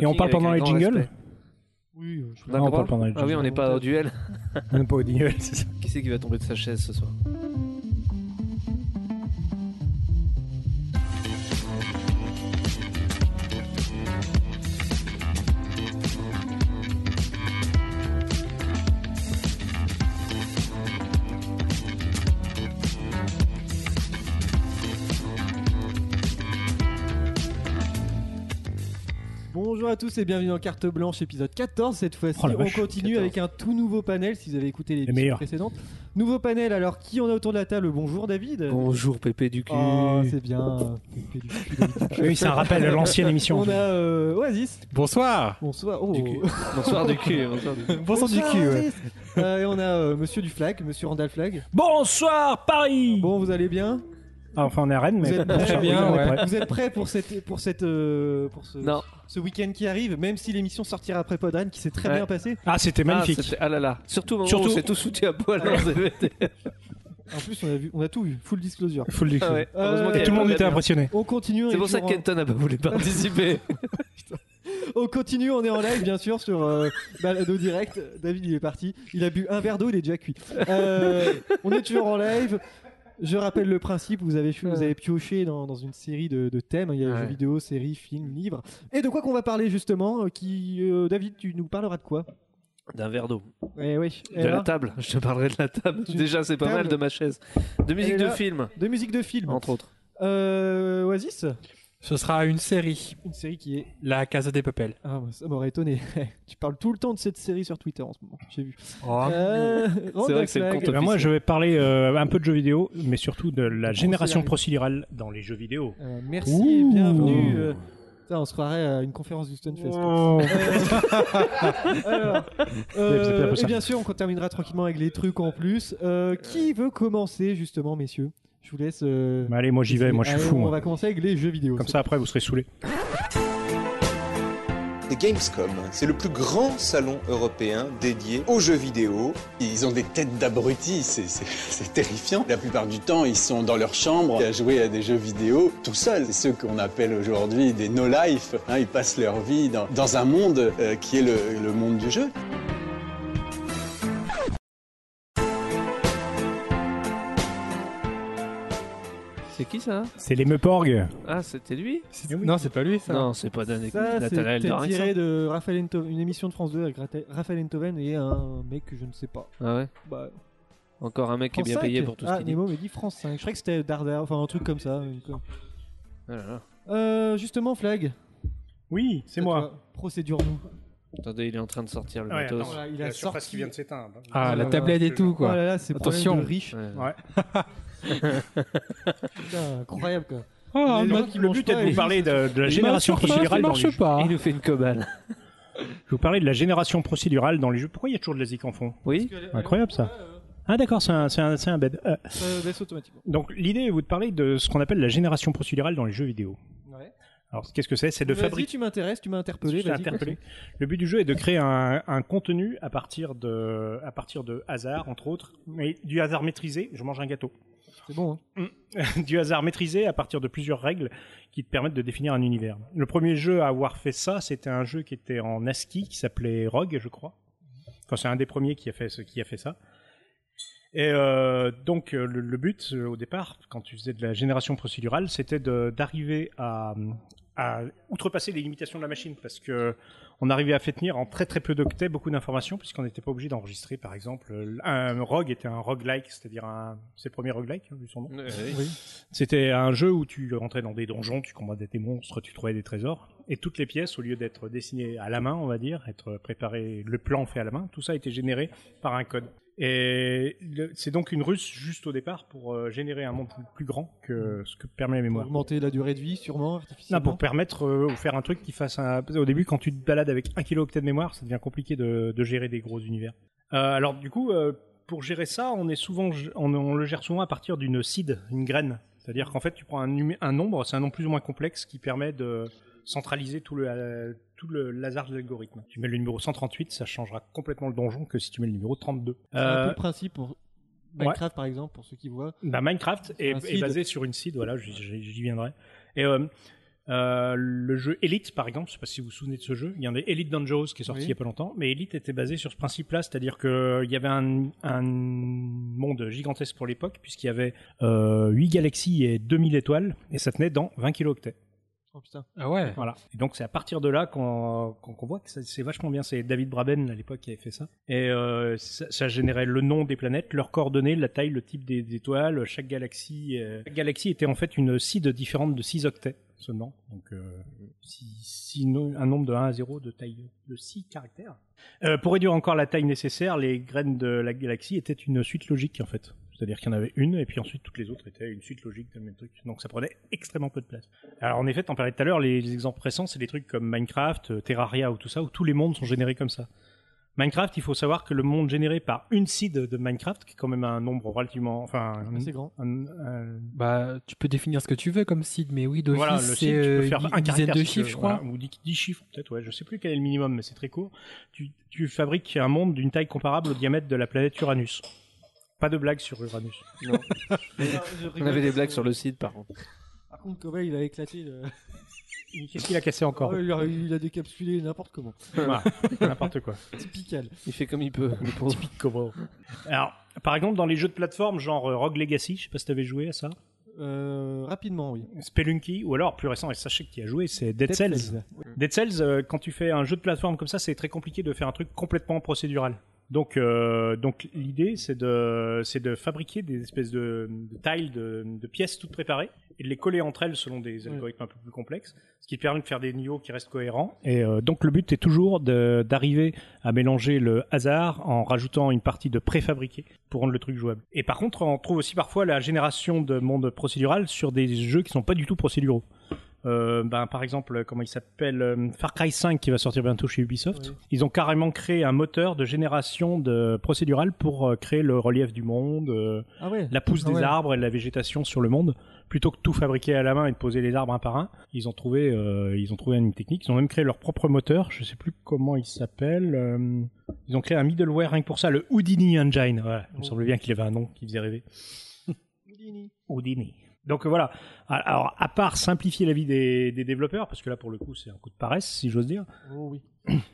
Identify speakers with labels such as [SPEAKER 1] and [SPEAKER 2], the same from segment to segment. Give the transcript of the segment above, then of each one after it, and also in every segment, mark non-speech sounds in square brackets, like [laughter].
[SPEAKER 1] Et on parle pendant les jingles [laughs]
[SPEAKER 2] Oui, euh, je
[SPEAKER 1] Ah, on parle pendant les
[SPEAKER 2] Ah oui, on n'est pas au duel.
[SPEAKER 1] On n'est pas au jingle, c'est ça.
[SPEAKER 2] Qui c'est qui va tomber de sa chaise ce soir
[SPEAKER 3] Bonjour à tous et bienvenue dans Carte Blanche, épisode 14 cette fois-ci.
[SPEAKER 1] Oh la
[SPEAKER 3] on
[SPEAKER 1] vache,
[SPEAKER 3] continue
[SPEAKER 2] 14.
[SPEAKER 3] avec un tout nouveau panel, si vous avez écouté les
[SPEAKER 1] meilleurs.
[SPEAKER 3] émissions précédentes. Nouveau panel, alors qui on a autour de la table Bonjour David
[SPEAKER 2] Bonjour Pépé du cul.
[SPEAKER 3] Oh, c'est bien. Pépé du cul, David.
[SPEAKER 1] [laughs] Oui, c'est un rappel de l'ancienne émission.
[SPEAKER 3] On a euh, Oasis,
[SPEAKER 4] Bonsoir
[SPEAKER 3] bonsoir. Oh.
[SPEAKER 2] Du cul. Bonsoir du cul. Bonsoir du cul.
[SPEAKER 4] Bonsoir du
[SPEAKER 3] Bonsoir,
[SPEAKER 4] cul ouais.
[SPEAKER 3] Oasis. Euh, Et on a euh, Monsieur du Flag, Monsieur Randall Flag.
[SPEAKER 1] Bonsoir Paris
[SPEAKER 3] Bon, vous allez bien
[SPEAKER 1] Ah, Enfin, on est à Rennes, mais...
[SPEAKER 3] Vous êtes
[SPEAKER 1] Bonsoir,
[SPEAKER 3] prêts
[SPEAKER 1] oui,
[SPEAKER 4] bien,
[SPEAKER 1] on est
[SPEAKER 4] ouais.
[SPEAKER 1] prêts.
[SPEAKER 3] Vous êtes prêts pour cette pour cette euh, pour ce,
[SPEAKER 2] Non.
[SPEAKER 3] ce week-end qui arrive, même si l'émission sortira après Podren, qui s'est très
[SPEAKER 2] Ouais.
[SPEAKER 3] bien passée.
[SPEAKER 1] Ah, c'était
[SPEAKER 2] Ah,
[SPEAKER 1] magnifique.
[SPEAKER 2] c'était- ah là là. Surtout au moment
[SPEAKER 1] Surtout-
[SPEAKER 2] où on s'est tous foutus à hein, poil dans ZVT.
[SPEAKER 3] En plus, on a vu, on a tout vu. Full disclosure.
[SPEAKER 1] Full du cul.
[SPEAKER 2] Ah ouais. Heureusement qu'il y
[SPEAKER 3] Euh,
[SPEAKER 1] Et
[SPEAKER 2] avait
[SPEAKER 1] tout le
[SPEAKER 2] pas
[SPEAKER 1] monde
[SPEAKER 2] de
[SPEAKER 1] était hein.
[SPEAKER 2] Damien.
[SPEAKER 1] impressionné.
[SPEAKER 3] On continue.
[SPEAKER 2] C'est
[SPEAKER 3] et
[SPEAKER 2] pour ça
[SPEAKER 3] puis
[SPEAKER 2] que
[SPEAKER 3] on-
[SPEAKER 2] Kenton n'a pas voulu participer.
[SPEAKER 3] On continue, on est en live bien sûr sur euh, Balado Direct. David il est parti, il a bu un verre d'eau, il est déjà cuit. Euh, on est toujours en live. Je rappelle le principe, vous avez, vous avez pioché dans, dans une série de, de thèmes, il y a
[SPEAKER 2] Ouais.
[SPEAKER 3] jeux vidéo, séries, films, livres. Et de quoi qu'on va parler justement euh, qui, euh, David, tu nous parleras de quoi
[SPEAKER 2] D'un verre d'eau.
[SPEAKER 3] Eh oui,
[SPEAKER 2] De
[SPEAKER 3] Ella,
[SPEAKER 2] la table. Je te parlerai de la table.
[SPEAKER 3] Tu-
[SPEAKER 2] Déjà, c'est pas
[SPEAKER 3] table.
[SPEAKER 2] mal de ma chaise. De musique
[SPEAKER 3] Et
[SPEAKER 2] de
[SPEAKER 3] là-
[SPEAKER 2] film,
[SPEAKER 3] de musique de film.
[SPEAKER 2] entre autres.
[SPEAKER 3] Euh, Oasis,
[SPEAKER 4] Ce sera une série,
[SPEAKER 3] une série qui est...
[SPEAKER 4] La Casa des Papel.
[SPEAKER 3] Ah, ça m'aurait étonné. [laughs] tu parles tout le temps de cette série sur Twitter en ce moment, j'ai vu.
[SPEAKER 4] Oh.
[SPEAKER 3] Euh,
[SPEAKER 2] Ah. C'est vrai que c'est le
[SPEAKER 3] Randall
[SPEAKER 2] compte
[SPEAKER 3] Flagg.
[SPEAKER 1] Eh ben, moi, je vais parler euh, un peu de jeux vidéo, mais surtout de la génération
[SPEAKER 3] Procédurale.
[SPEAKER 1] procédurale dans les jeux vidéo.
[SPEAKER 3] Euh, merci
[SPEAKER 1] Ouh. Oh.
[SPEAKER 3] et bienvenue. euh, putain, on se croirait à une conférence du Stunfest.
[SPEAKER 1] [laughs]
[SPEAKER 3] Alors,
[SPEAKER 1] Vous avez
[SPEAKER 3] euh,
[SPEAKER 1] pas ça.
[SPEAKER 3] et bien sûr, on terminera tranquillement avec les trucs en plus. Euh, qui veut commencer justement, messieurs Je vous laisse. euh,
[SPEAKER 1] Mais allez, moi Bah, j'y vais, moi je suis
[SPEAKER 3] Allez,
[SPEAKER 1] fou.
[SPEAKER 3] On
[SPEAKER 1] moi.
[SPEAKER 3] va commencer avec les jeux vidéo.
[SPEAKER 1] Comme
[SPEAKER 3] C'est-
[SPEAKER 1] ça, après, vous serez saoulés.
[SPEAKER 5] Les Gamescom,
[SPEAKER 4] Ah,
[SPEAKER 5] c'est le plus grand salon européen dédié aux jeux vidéo.
[SPEAKER 6] Ils ont des têtes d'abrutis, c'est- c'est c'est terrifiant. La plupart du temps, ils sont dans leur chambre à jouer à des jeux vidéo tout seuls. C'est ceux qu'on appelle aujourd'hui des no-life. hein, ils passent leur vie dans, dans un monde euh, qui est le, le monde du jeu.
[SPEAKER 2] C'est qui ça hein
[SPEAKER 1] C'est les Meuporg.
[SPEAKER 2] Ah, c'était lui
[SPEAKER 1] Eh oui.
[SPEAKER 4] Non, c'est pas lui ça.
[SPEAKER 2] Non, c'est hein. pas Dan
[SPEAKER 3] Ça,
[SPEAKER 2] Nathanael
[SPEAKER 3] c'était
[SPEAKER 2] Dorin, ça
[SPEAKER 3] tiré de Raphaël Ento- une émission de France 2 avec Rata- Raphaël Entoven et un mec que je ne sais pas.
[SPEAKER 2] Ah ouais
[SPEAKER 3] Bah,
[SPEAKER 2] Encore un mec qui est
[SPEAKER 3] France
[SPEAKER 2] bien
[SPEAKER 3] 5.
[SPEAKER 2] payé pour tout
[SPEAKER 3] ah,
[SPEAKER 2] ce qu'il dit.
[SPEAKER 3] Nemo me dit France 5. Je croyais que c'était Dardar, enfin un truc comme ça. une-
[SPEAKER 2] Ah là là.
[SPEAKER 3] Euh, justement, Flag.
[SPEAKER 1] Oui, c'est
[SPEAKER 3] à
[SPEAKER 1] moi.
[SPEAKER 3] toi. Procédure-nous.
[SPEAKER 2] Attendez, il est en train de sortir le
[SPEAKER 1] Ouais,
[SPEAKER 2] matos.
[SPEAKER 1] attends.
[SPEAKER 3] Voilà, il
[SPEAKER 1] La
[SPEAKER 3] a
[SPEAKER 1] surface
[SPEAKER 3] sorti-
[SPEAKER 1] qui vient de s'éteindre.
[SPEAKER 4] Ah, la
[SPEAKER 3] Ah,
[SPEAKER 4] tablette et tout
[SPEAKER 3] Oh
[SPEAKER 4] quoi.
[SPEAKER 3] là là, c'est problème
[SPEAKER 4] Attention.
[SPEAKER 3] de riche.
[SPEAKER 2] Ouais.
[SPEAKER 1] Ouais.
[SPEAKER 3] Putain, incroyable quoi.
[SPEAKER 1] Oh,
[SPEAKER 4] Ah,
[SPEAKER 3] Les
[SPEAKER 4] ma-
[SPEAKER 3] gens qui
[SPEAKER 1] Le
[SPEAKER 3] mangent
[SPEAKER 1] but
[SPEAKER 3] pas,
[SPEAKER 1] est de
[SPEAKER 3] ils-
[SPEAKER 1] vous parler de, de la génération
[SPEAKER 4] ma surface
[SPEAKER 1] procédurale dans les
[SPEAKER 4] marche
[SPEAKER 1] jeux.
[SPEAKER 4] pas.
[SPEAKER 2] Ah. Il nous fait une cobale.
[SPEAKER 1] Je vais vous parler de la génération procédurale dans les jeux. Pourquoi il y a toujours de la zik en fond
[SPEAKER 2] Oui
[SPEAKER 1] Incroyable ça. Ah d'accord, c'est un, c'est un, c'est un bed. Euh,
[SPEAKER 3] Ça baisse automatiquement.
[SPEAKER 1] donc l'idée est vous de parler de ce qu'on appelle la génération procédurale dans les jeux vidéo.
[SPEAKER 3] Ouais.
[SPEAKER 1] Alors qu'est-ce que c'est C'est de
[SPEAKER 3] Vas-y,
[SPEAKER 1] fabriquer...
[SPEAKER 3] tu m'intéresses, tu m'as interpellé.
[SPEAKER 1] Je t'ai
[SPEAKER 3] vas-y,
[SPEAKER 1] interpellé. Le but du jeu est de créer un, un contenu à partir, de, à partir de hasard, entre autres, mais du hasard maîtrisé, je mange un gâteau,
[SPEAKER 3] continue. C'est bon. hein.
[SPEAKER 1] [laughs] du hasard maîtrisé à partir de plusieurs règles qui te permettent de définir un univers. Le premier jeu à avoir fait ça, c'était un jeu qui était en ASCII, qui s'appelait Rogue, je crois. Enfin, c'est un des premiers qui a fait, ce- qui a fait ça. Et euh, donc, euh, le, le but, euh, au départ, quand tu faisais de la génération procédurale, c'était de- d'arriver à, à outrepasser les limitations de la machine, parce que on arrivait à faire tenir en très très peu d'octets beaucoup d'informations, puisqu'on n'était pas obligé d'enregistrer, par exemple, euh, un rogue était un roguelike, c'est-à-dire un... C'est le premier roguelike, hein, vu son nom.
[SPEAKER 2] Euh,
[SPEAKER 1] C'était un jeu où tu rentrais dans des donjons, tu combattais des monstres, tu trouvais des trésors. Et toutes les pièces, au lieu d'être dessinées à la main, on va dire, être préparées, le plan fait à la main, tout ça était généré par un code. Et le- c'est donc une ruse juste au départ pour euh, générer un monde plus- plus grand que ce que permet la
[SPEAKER 3] Pour
[SPEAKER 1] mémoire.
[SPEAKER 3] augmenter la durée de vie, sûrement,
[SPEAKER 1] Non,
[SPEAKER 3] artificiellement.
[SPEAKER 1] pour permettre euh, ou faire un truc qui fasse un... Au début, quand tu te balades avec un kilo octet de mémoire, ça devient compliqué de, de gérer des gros univers. Euh, alors du coup, euh, pour gérer ça, on, est souvent, on, on le gère souvent à partir d'une seed, une graine. C'est-à-dire qu'en fait, tu prends un, numé- un nombre, c'est un nombre plus ou moins complexe qui permet de centraliser tout le, euh, tout le hasard de l'algorithme. Tu mets le numéro 138, ça changera complètement le donjon que si tu mets le numéro 32.
[SPEAKER 3] C'est un peu
[SPEAKER 1] Euh,
[SPEAKER 3] le principe pour Minecraft, par exemple, pour ceux qui voient.
[SPEAKER 1] bah, Minecraft est,
[SPEAKER 3] Un
[SPEAKER 1] est
[SPEAKER 3] seed.
[SPEAKER 1] basé sur une seed, voilà, j'y- j'y j'y viendrai. Et euh, Euh, le jeu Elite, par exemple, je sais pas si vous vous souvenez de ce jeu, il y en a Elite Dangerous qui est sorti
[SPEAKER 3] Oui.
[SPEAKER 1] il y a pas longtemps, mais Elite était basé sur ce principe-là, c'est-à-dire que il y avait un, un monde gigantesque pour l'époque, puisqu'il y avait euh, 8 galaxies et 2000 étoiles, et ça tenait dans 20 kilooctets.
[SPEAKER 3] Oh putain.
[SPEAKER 4] Ah ouais.
[SPEAKER 1] Voilà. Et donc c'est à partir de là qu'on qu'on- qu'on voit que ça- c'est vachement bien. C'est David Braben à l'époque qui avait fait ça. Et euh, ça, ça générait le nom des planètes, leurs coordonnées, la taille, le type des, des étoiles. Chaque galaxie, euh, chaque galaxie était en fait une seed différente de 6 octets seulement. Donc euh, si, si no- un nombre de 1 à 0 de taille de 6 caractères. Euh, pour réduire encore la taille nécessaire, les graines de la galaxie étaient une suite logique en fait. C'est-à-dire qu'il y en avait une, et puis ensuite toutes les autres étaient une suite logique dans le même truc. Donc ça prenait extrêmement peu de place. Alors en effet, t'en parlais tout à l'heure, les, les exemples récents, c'est des trucs comme Minecraft, euh, Terraria ou tout ça, où tous les mondes sont générés comme ça. Minecraft, il faut savoir que le monde généré par une seed de Minecraft, qui est quand même un nombre relativement, enfin, un-
[SPEAKER 3] C'est grand.
[SPEAKER 1] un- un-
[SPEAKER 4] Bah, tu peux définir ce que tu veux comme seed, mais oui, d'office,
[SPEAKER 1] voilà, le
[SPEAKER 4] c'est
[SPEAKER 1] seed, tu peux
[SPEAKER 4] euh,
[SPEAKER 1] faire
[SPEAKER 4] di-
[SPEAKER 1] un
[SPEAKER 4] dizaine
[SPEAKER 1] caractère,
[SPEAKER 4] de
[SPEAKER 1] si tu
[SPEAKER 4] chiffres,
[SPEAKER 1] veux,
[SPEAKER 4] je crois.
[SPEAKER 1] voilà, ou 10 chiffres peut-être, ouais, je sais plus quel est le minimum, mais c'est très court. Tu, tu fabriques un monde d'une taille comparable au diamètre de la planète Uranus. Pas de blague sur Uranus.
[SPEAKER 2] On avait des blagues sur le site, par contre.
[SPEAKER 3] Par contre, Cobel, il a éclaté. le-
[SPEAKER 1] Qu'est-ce qu'il a cassé encore
[SPEAKER 3] Oh, il, a, il a décapsulé n'importe comment.
[SPEAKER 1] Voilà, [laughs] N'importe quoi.
[SPEAKER 3] Typical.
[SPEAKER 2] Il fait comme il peut, le [laughs] pauvre.
[SPEAKER 1] Alors, par exemple, dans les jeux de plateforme, genre euh, Rogue Legacy, je sais pas si t'avais joué à ça.
[SPEAKER 3] Euh, rapidement, oui.
[SPEAKER 1] Spelunky, ou alors plus récent, et sachez qui a joué, c'est Dead, Cells. Dead Cells, euh, quand tu fais un jeu de plateforme comme ça, c'est très compliqué de faire un truc complètement procédural. Donc, euh, donc l'idée, c'est de, c'est de fabriquer des espèces de, de tiles, de, de pièces toutes préparées, et de les coller entre elles selon des
[SPEAKER 3] Ouais.
[SPEAKER 1] algorithmes un peu plus complexes, ce qui te permet de faire des niveaux qui restent cohérents. Et euh, donc, le but est toujours de- d'arriver à mélanger le hasard en rajoutant une partie de préfabriqué pour rendre le truc jouable. Et par contre, on trouve aussi parfois la génération de monde procédural sur des jeux qui sont pas du tout procéduraux. Euh, ben, par exemple, euh, comment il s'appelle euh, Far Cry 5 qui va sortir bientôt chez Ubisoft.
[SPEAKER 3] Oui.
[SPEAKER 1] Ils ont carrément créé un moteur de génération de procédurale pour euh, créer le relief du monde, euh,
[SPEAKER 3] Ah ouais.
[SPEAKER 1] la pousse
[SPEAKER 4] Ah
[SPEAKER 1] des
[SPEAKER 4] ouais.
[SPEAKER 1] arbres et la végétation sur le monde. Plutôt que tout fabriquer à la main et de poser les arbres un par un, ils ont trouvé, euh, ils ont trouvé une technique. Ils ont même créé leur propre moteur. Je sais plus comment il s'appelle. euh, ils ont créé un middleware rien que pour ça, le Houdini Engine. Voilà, il me
[SPEAKER 3] Oh.
[SPEAKER 1] semble bien qu'il avait un nom qui faisait rêver. Houdini. Donc euh, voilà. Alors, à part simplifier la vie des, des développeurs, parce que là, pour le coup, c'est un coup de paresse, si j'ose dire,
[SPEAKER 3] Oh oui.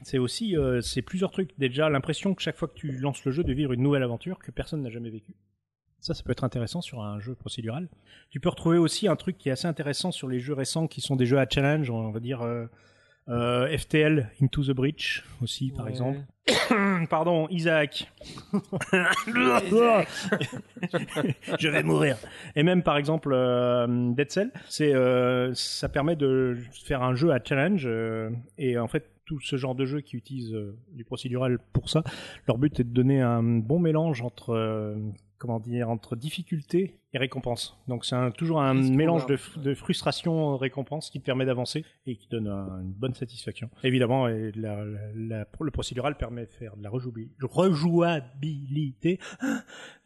[SPEAKER 1] c'est aussi euh, c'est plusieurs trucs. Déjà, l'impression que chaque fois que tu lances le jeu, de vivre une nouvelle aventure que personne n'a jamais vécue. Ça, ça peut être intéressant sur un jeu procédural. Tu peux retrouver aussi un truc qui est assez intéressant sur les jeux récents qui sont des jeux à challenge, on va dire euh, euh, FTL, Into the Breach aussi, par
[SPEAKER 3] Ouais.
[SPEAKER 1] exemple. Pardon, Isaac. [laughs] [laughs] Je vais mourir. Et même par exemple euh, Dead Cell, c'est euh, ça permet de faire un jeu à challenge euh, et en fait tout ce genre de jeu qui utilise euh, du procédural pour ça, leur but est de donner un bon mélange entre euh, comment dire entre difficulté et récompense. Donc c'est un- toujours un
[SPEAKER 3] Risque
[SPEAKER 1] mélange de,
[SPEAKER 3] reward.
[SPEAKER 1] f- de frustration récompense qui te permet d'avancer et qui donne un- une bonne satisfaction. Évidemment, et la- la- la- le procédural permet de faire de la rejouabil- rejouabilité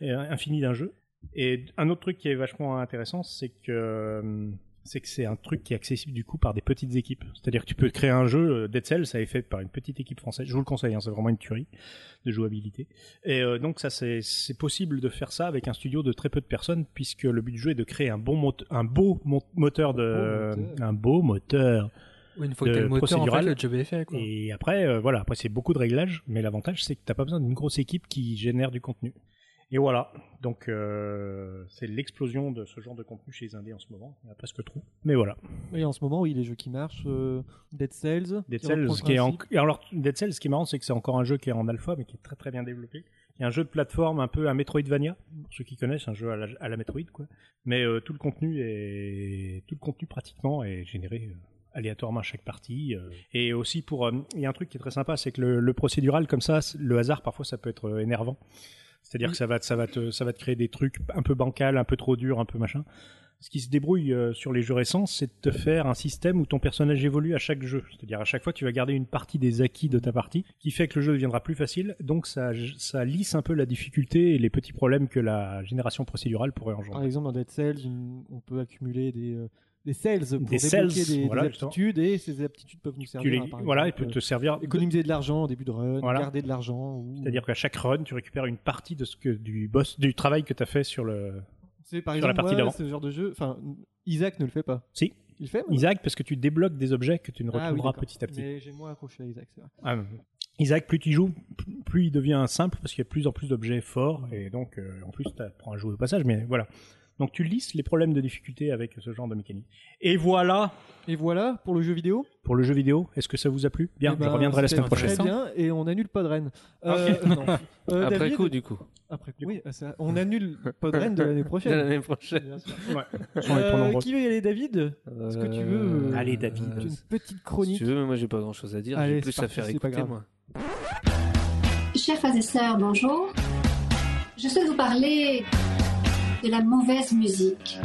[SPEAKER 1] et, euh, infinie d'un jeu. Et un autre truc qui est vachement intéressant, c'est que euh, c'est que c'est un truc qui est accessible du coup par des petites équipes. C'est-à-dire que tu peux créer un jeu, euh, Dead Cell, ça est fait par une petite équipe française. Je vous le conseille, hein, c'est vraiment une tuerie de jouabilité. Et euh, donc ça, c'est c'est possible de faire ça avec un studio de très peu de personnes, puisque le but du jeu est de créer un bon mote- un beau mo- moteur de
[SPEAKER 3] Un beau moteur.
[SPEAKER 1] un beau moteur.
[SPEAKER 4] Une fois que
[SPEAKER 1] de
[SPEAKER 4] t'as le moteur, en fait,
[SPEAKER 1] procédural.
[SPEAKER 4] le job est fait, quoi.
[SPEAKER 1] Et après, euh, voilà, après c'est beaucoup de réglages, mais l'avantage c'est que t'as pas besoin d'une grosse équipe qui génère du contenu. Et voilà, donc euh, c'est l'explosion de ce genre de contenu chez les indés en ce moment. Il y en a presque trop. Mais voilà,
[SPEAKER 3] Et en ce moment, oui, les jeux qui marchent. euh, Dead Cells.
[SPEAKER 1] Dead
[SPEAKER 3] qui reprend
[SPEAKER 1] Cells,
[SPEAKER 3] le
[SPEAKER 1] qui est en...
[SPEAKER 3] principe.
[SPEAKER 1] alors Dead Cells, ce qui est marrant, c'est que c'est encore un jeu qui est en alpha, mais qui est très très bien développé. Il y a un jeu de plateforme, un peu un Metroidvania, pour ceux qui connaissent, un jeu à la, à la Metroid, quoi. Mais euh, tout le contenu est tout le contenu pratiquement est généré euh, aléatoirement à chaque partie. euh. Et aussi pour, euh, il y a un truc qui est très sympa, c'est que le, le procédural comme ça, c- le hasard parfois ça peut être euh, énervant. C'est-à-dire que ça va, te- ça va te, ça va te créer des trucs un peu bancal, un peu trop dur, un peu machin. Ce qui se débrouille euh, sur les jeux récents, c'est de te faire un système où ton personnage évolue à chaque jeu. C'est-à-dire à chaque fois, tu vas garder une partie des acquis de ta partie, qui fait que le jeu deviendra plus facile. Donc ça, ça lisse un peu la difficulté et les petits problèmes que la génération procédurale pourrait engendrer.
[SPEAKER 3] Par exemple, dans Dead Cells, une- on peut accumuler des, euh, des cells pour
[SPEAKER 1] Des
[SPEAKER 3] débloquer
[SPEAKER 1] cells,
[SPEAKER 3] des,
[SPEAKER 1] voilà,
[SPEAKER 3] des
[SPEAKER 1] justement.
[SPEAKER 3] aptitudes et ces aptitudes peuvent nous
[SPEAKER 1] Tu
[SPEAKER 3] servir.
[SPEAKER 1] les,
[SPEAKER 3] à, par
[SPEAKER 1] voilà, il
[SPEAKER 3] exemple,
[SPEAKER 1] peut te servir.
[SPEAKER 3] euh, économiser de l'argent au début de run,
[SPEAKER 1] Voilà.
[SPEAKER 3] garder de l'argent. ou-
[SPEAKER 1] C'est-à-dire qu'à chaque run, tu récupères une partie de ce que du boss, du travail que tu as fait sur le.
[SPEAKER 3] C'est par
[SPEAKER 1] sur la
[SPEAKER 3] exemple
[SPEAKER 1] partie
[SPEAKER 3] moi,
[SPEAKER 1] d'avant.
[SPEAKER 3] ce genre de jeu. Enfin, Isaac ne le fait pas.
[SPEAKER 1] Si.
[SPEAKER 3] Il fait moi.
[SPEAKER 1] Isaac parce que tu débloques des objets que tu ne
[SPEAKER 3] Ah oui,
[SPEAKER 1] retrouveras
[SPEAKER 3] d'accord.
[SPEAKER 1] petit à petit.
[SPEAKER 3] Mais j'ai moins accroché à Isaac, c'est vrai.
[SPEAKER 1] Ah, non. Isaac, plus tu joues, p- plus il devient simple parce qu'il y a de plus en plus d'objets forts et donc euh, en plus tu apprends à jouer au passage, mais voilà. Donc tu lisses les problèmes de difficulté avec ce genre de mécanique. Et voilà
[SPEAKER 3] Et voilà pour le jeu vidéo.
[SPEAKER 1] pour le jeu vidéo. Est-ce que ça vous a plu Bien,
[SPEAKER 3] Eh ben,
[SPEAKER 1] je reviendrai la
[SPEAKER 3] c'était
[SPEAKER 1] semaine prochaine.
[SPEAKER 3] Très bien, et on annule Podren. Euh, [laughs] non. Euh,
[SPEAKER 2] Après
[SPEAKER 3] David,
[SPEAKER 2] coup, du coup.
[SPEAKER 3] Après coup, oui, euh, ça- on annule Podren de l'année
[SPEAKER 2] De
[SPEAKER 3] prochaine.
[SPEAKER 2] l'année prochaine.
[SPEAKER 3] Bien sûr.
[SPEAKER 1] Sans les
[SPEAKER 3] Euh,
[SPEAKER 1] prendre en gros.
[SPEAKER 3] qui veut y aller, David
[SPEAKER 2] Est-ce
[SPEAKER 3] que tu veux, euh,
[SPEAKER 1] Allez, David. Euh,
[SPEAKER 3] Une petite
[SPEAKER 2] Euh, Si
[SPEAKER 3] chronique.
[SPEAKER 2] tu veux, mais moi j'ai pas grand chose à dire,
[SPEAKER 3] Allez,
[SPEAKER 2] j'ai
[SPEAKER 3] c'est
[SPEAKER 2] plus à
[SPEAKER 3] parti,
[SPEAKER 2] faire
[SPEAKER 3] c'est pas
[SPEAKER 2] écouter
[SPEAKER 3] grave.
[SPEAKER 2] moi.
[SPEAKER 7] Chers frères et sœurs, bonjour. Je souhaite vous parler de la mauvaise musique.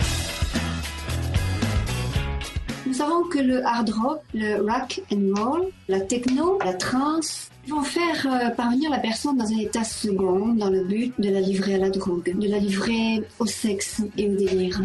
[SPEAKER 7] Nous savons que le hard rock, le rock and roll, la techno, la trance vont faire euh, parvenir la personne dans un état second dans le but de la livrer à la drogue, de la livrer au sexe et au délire.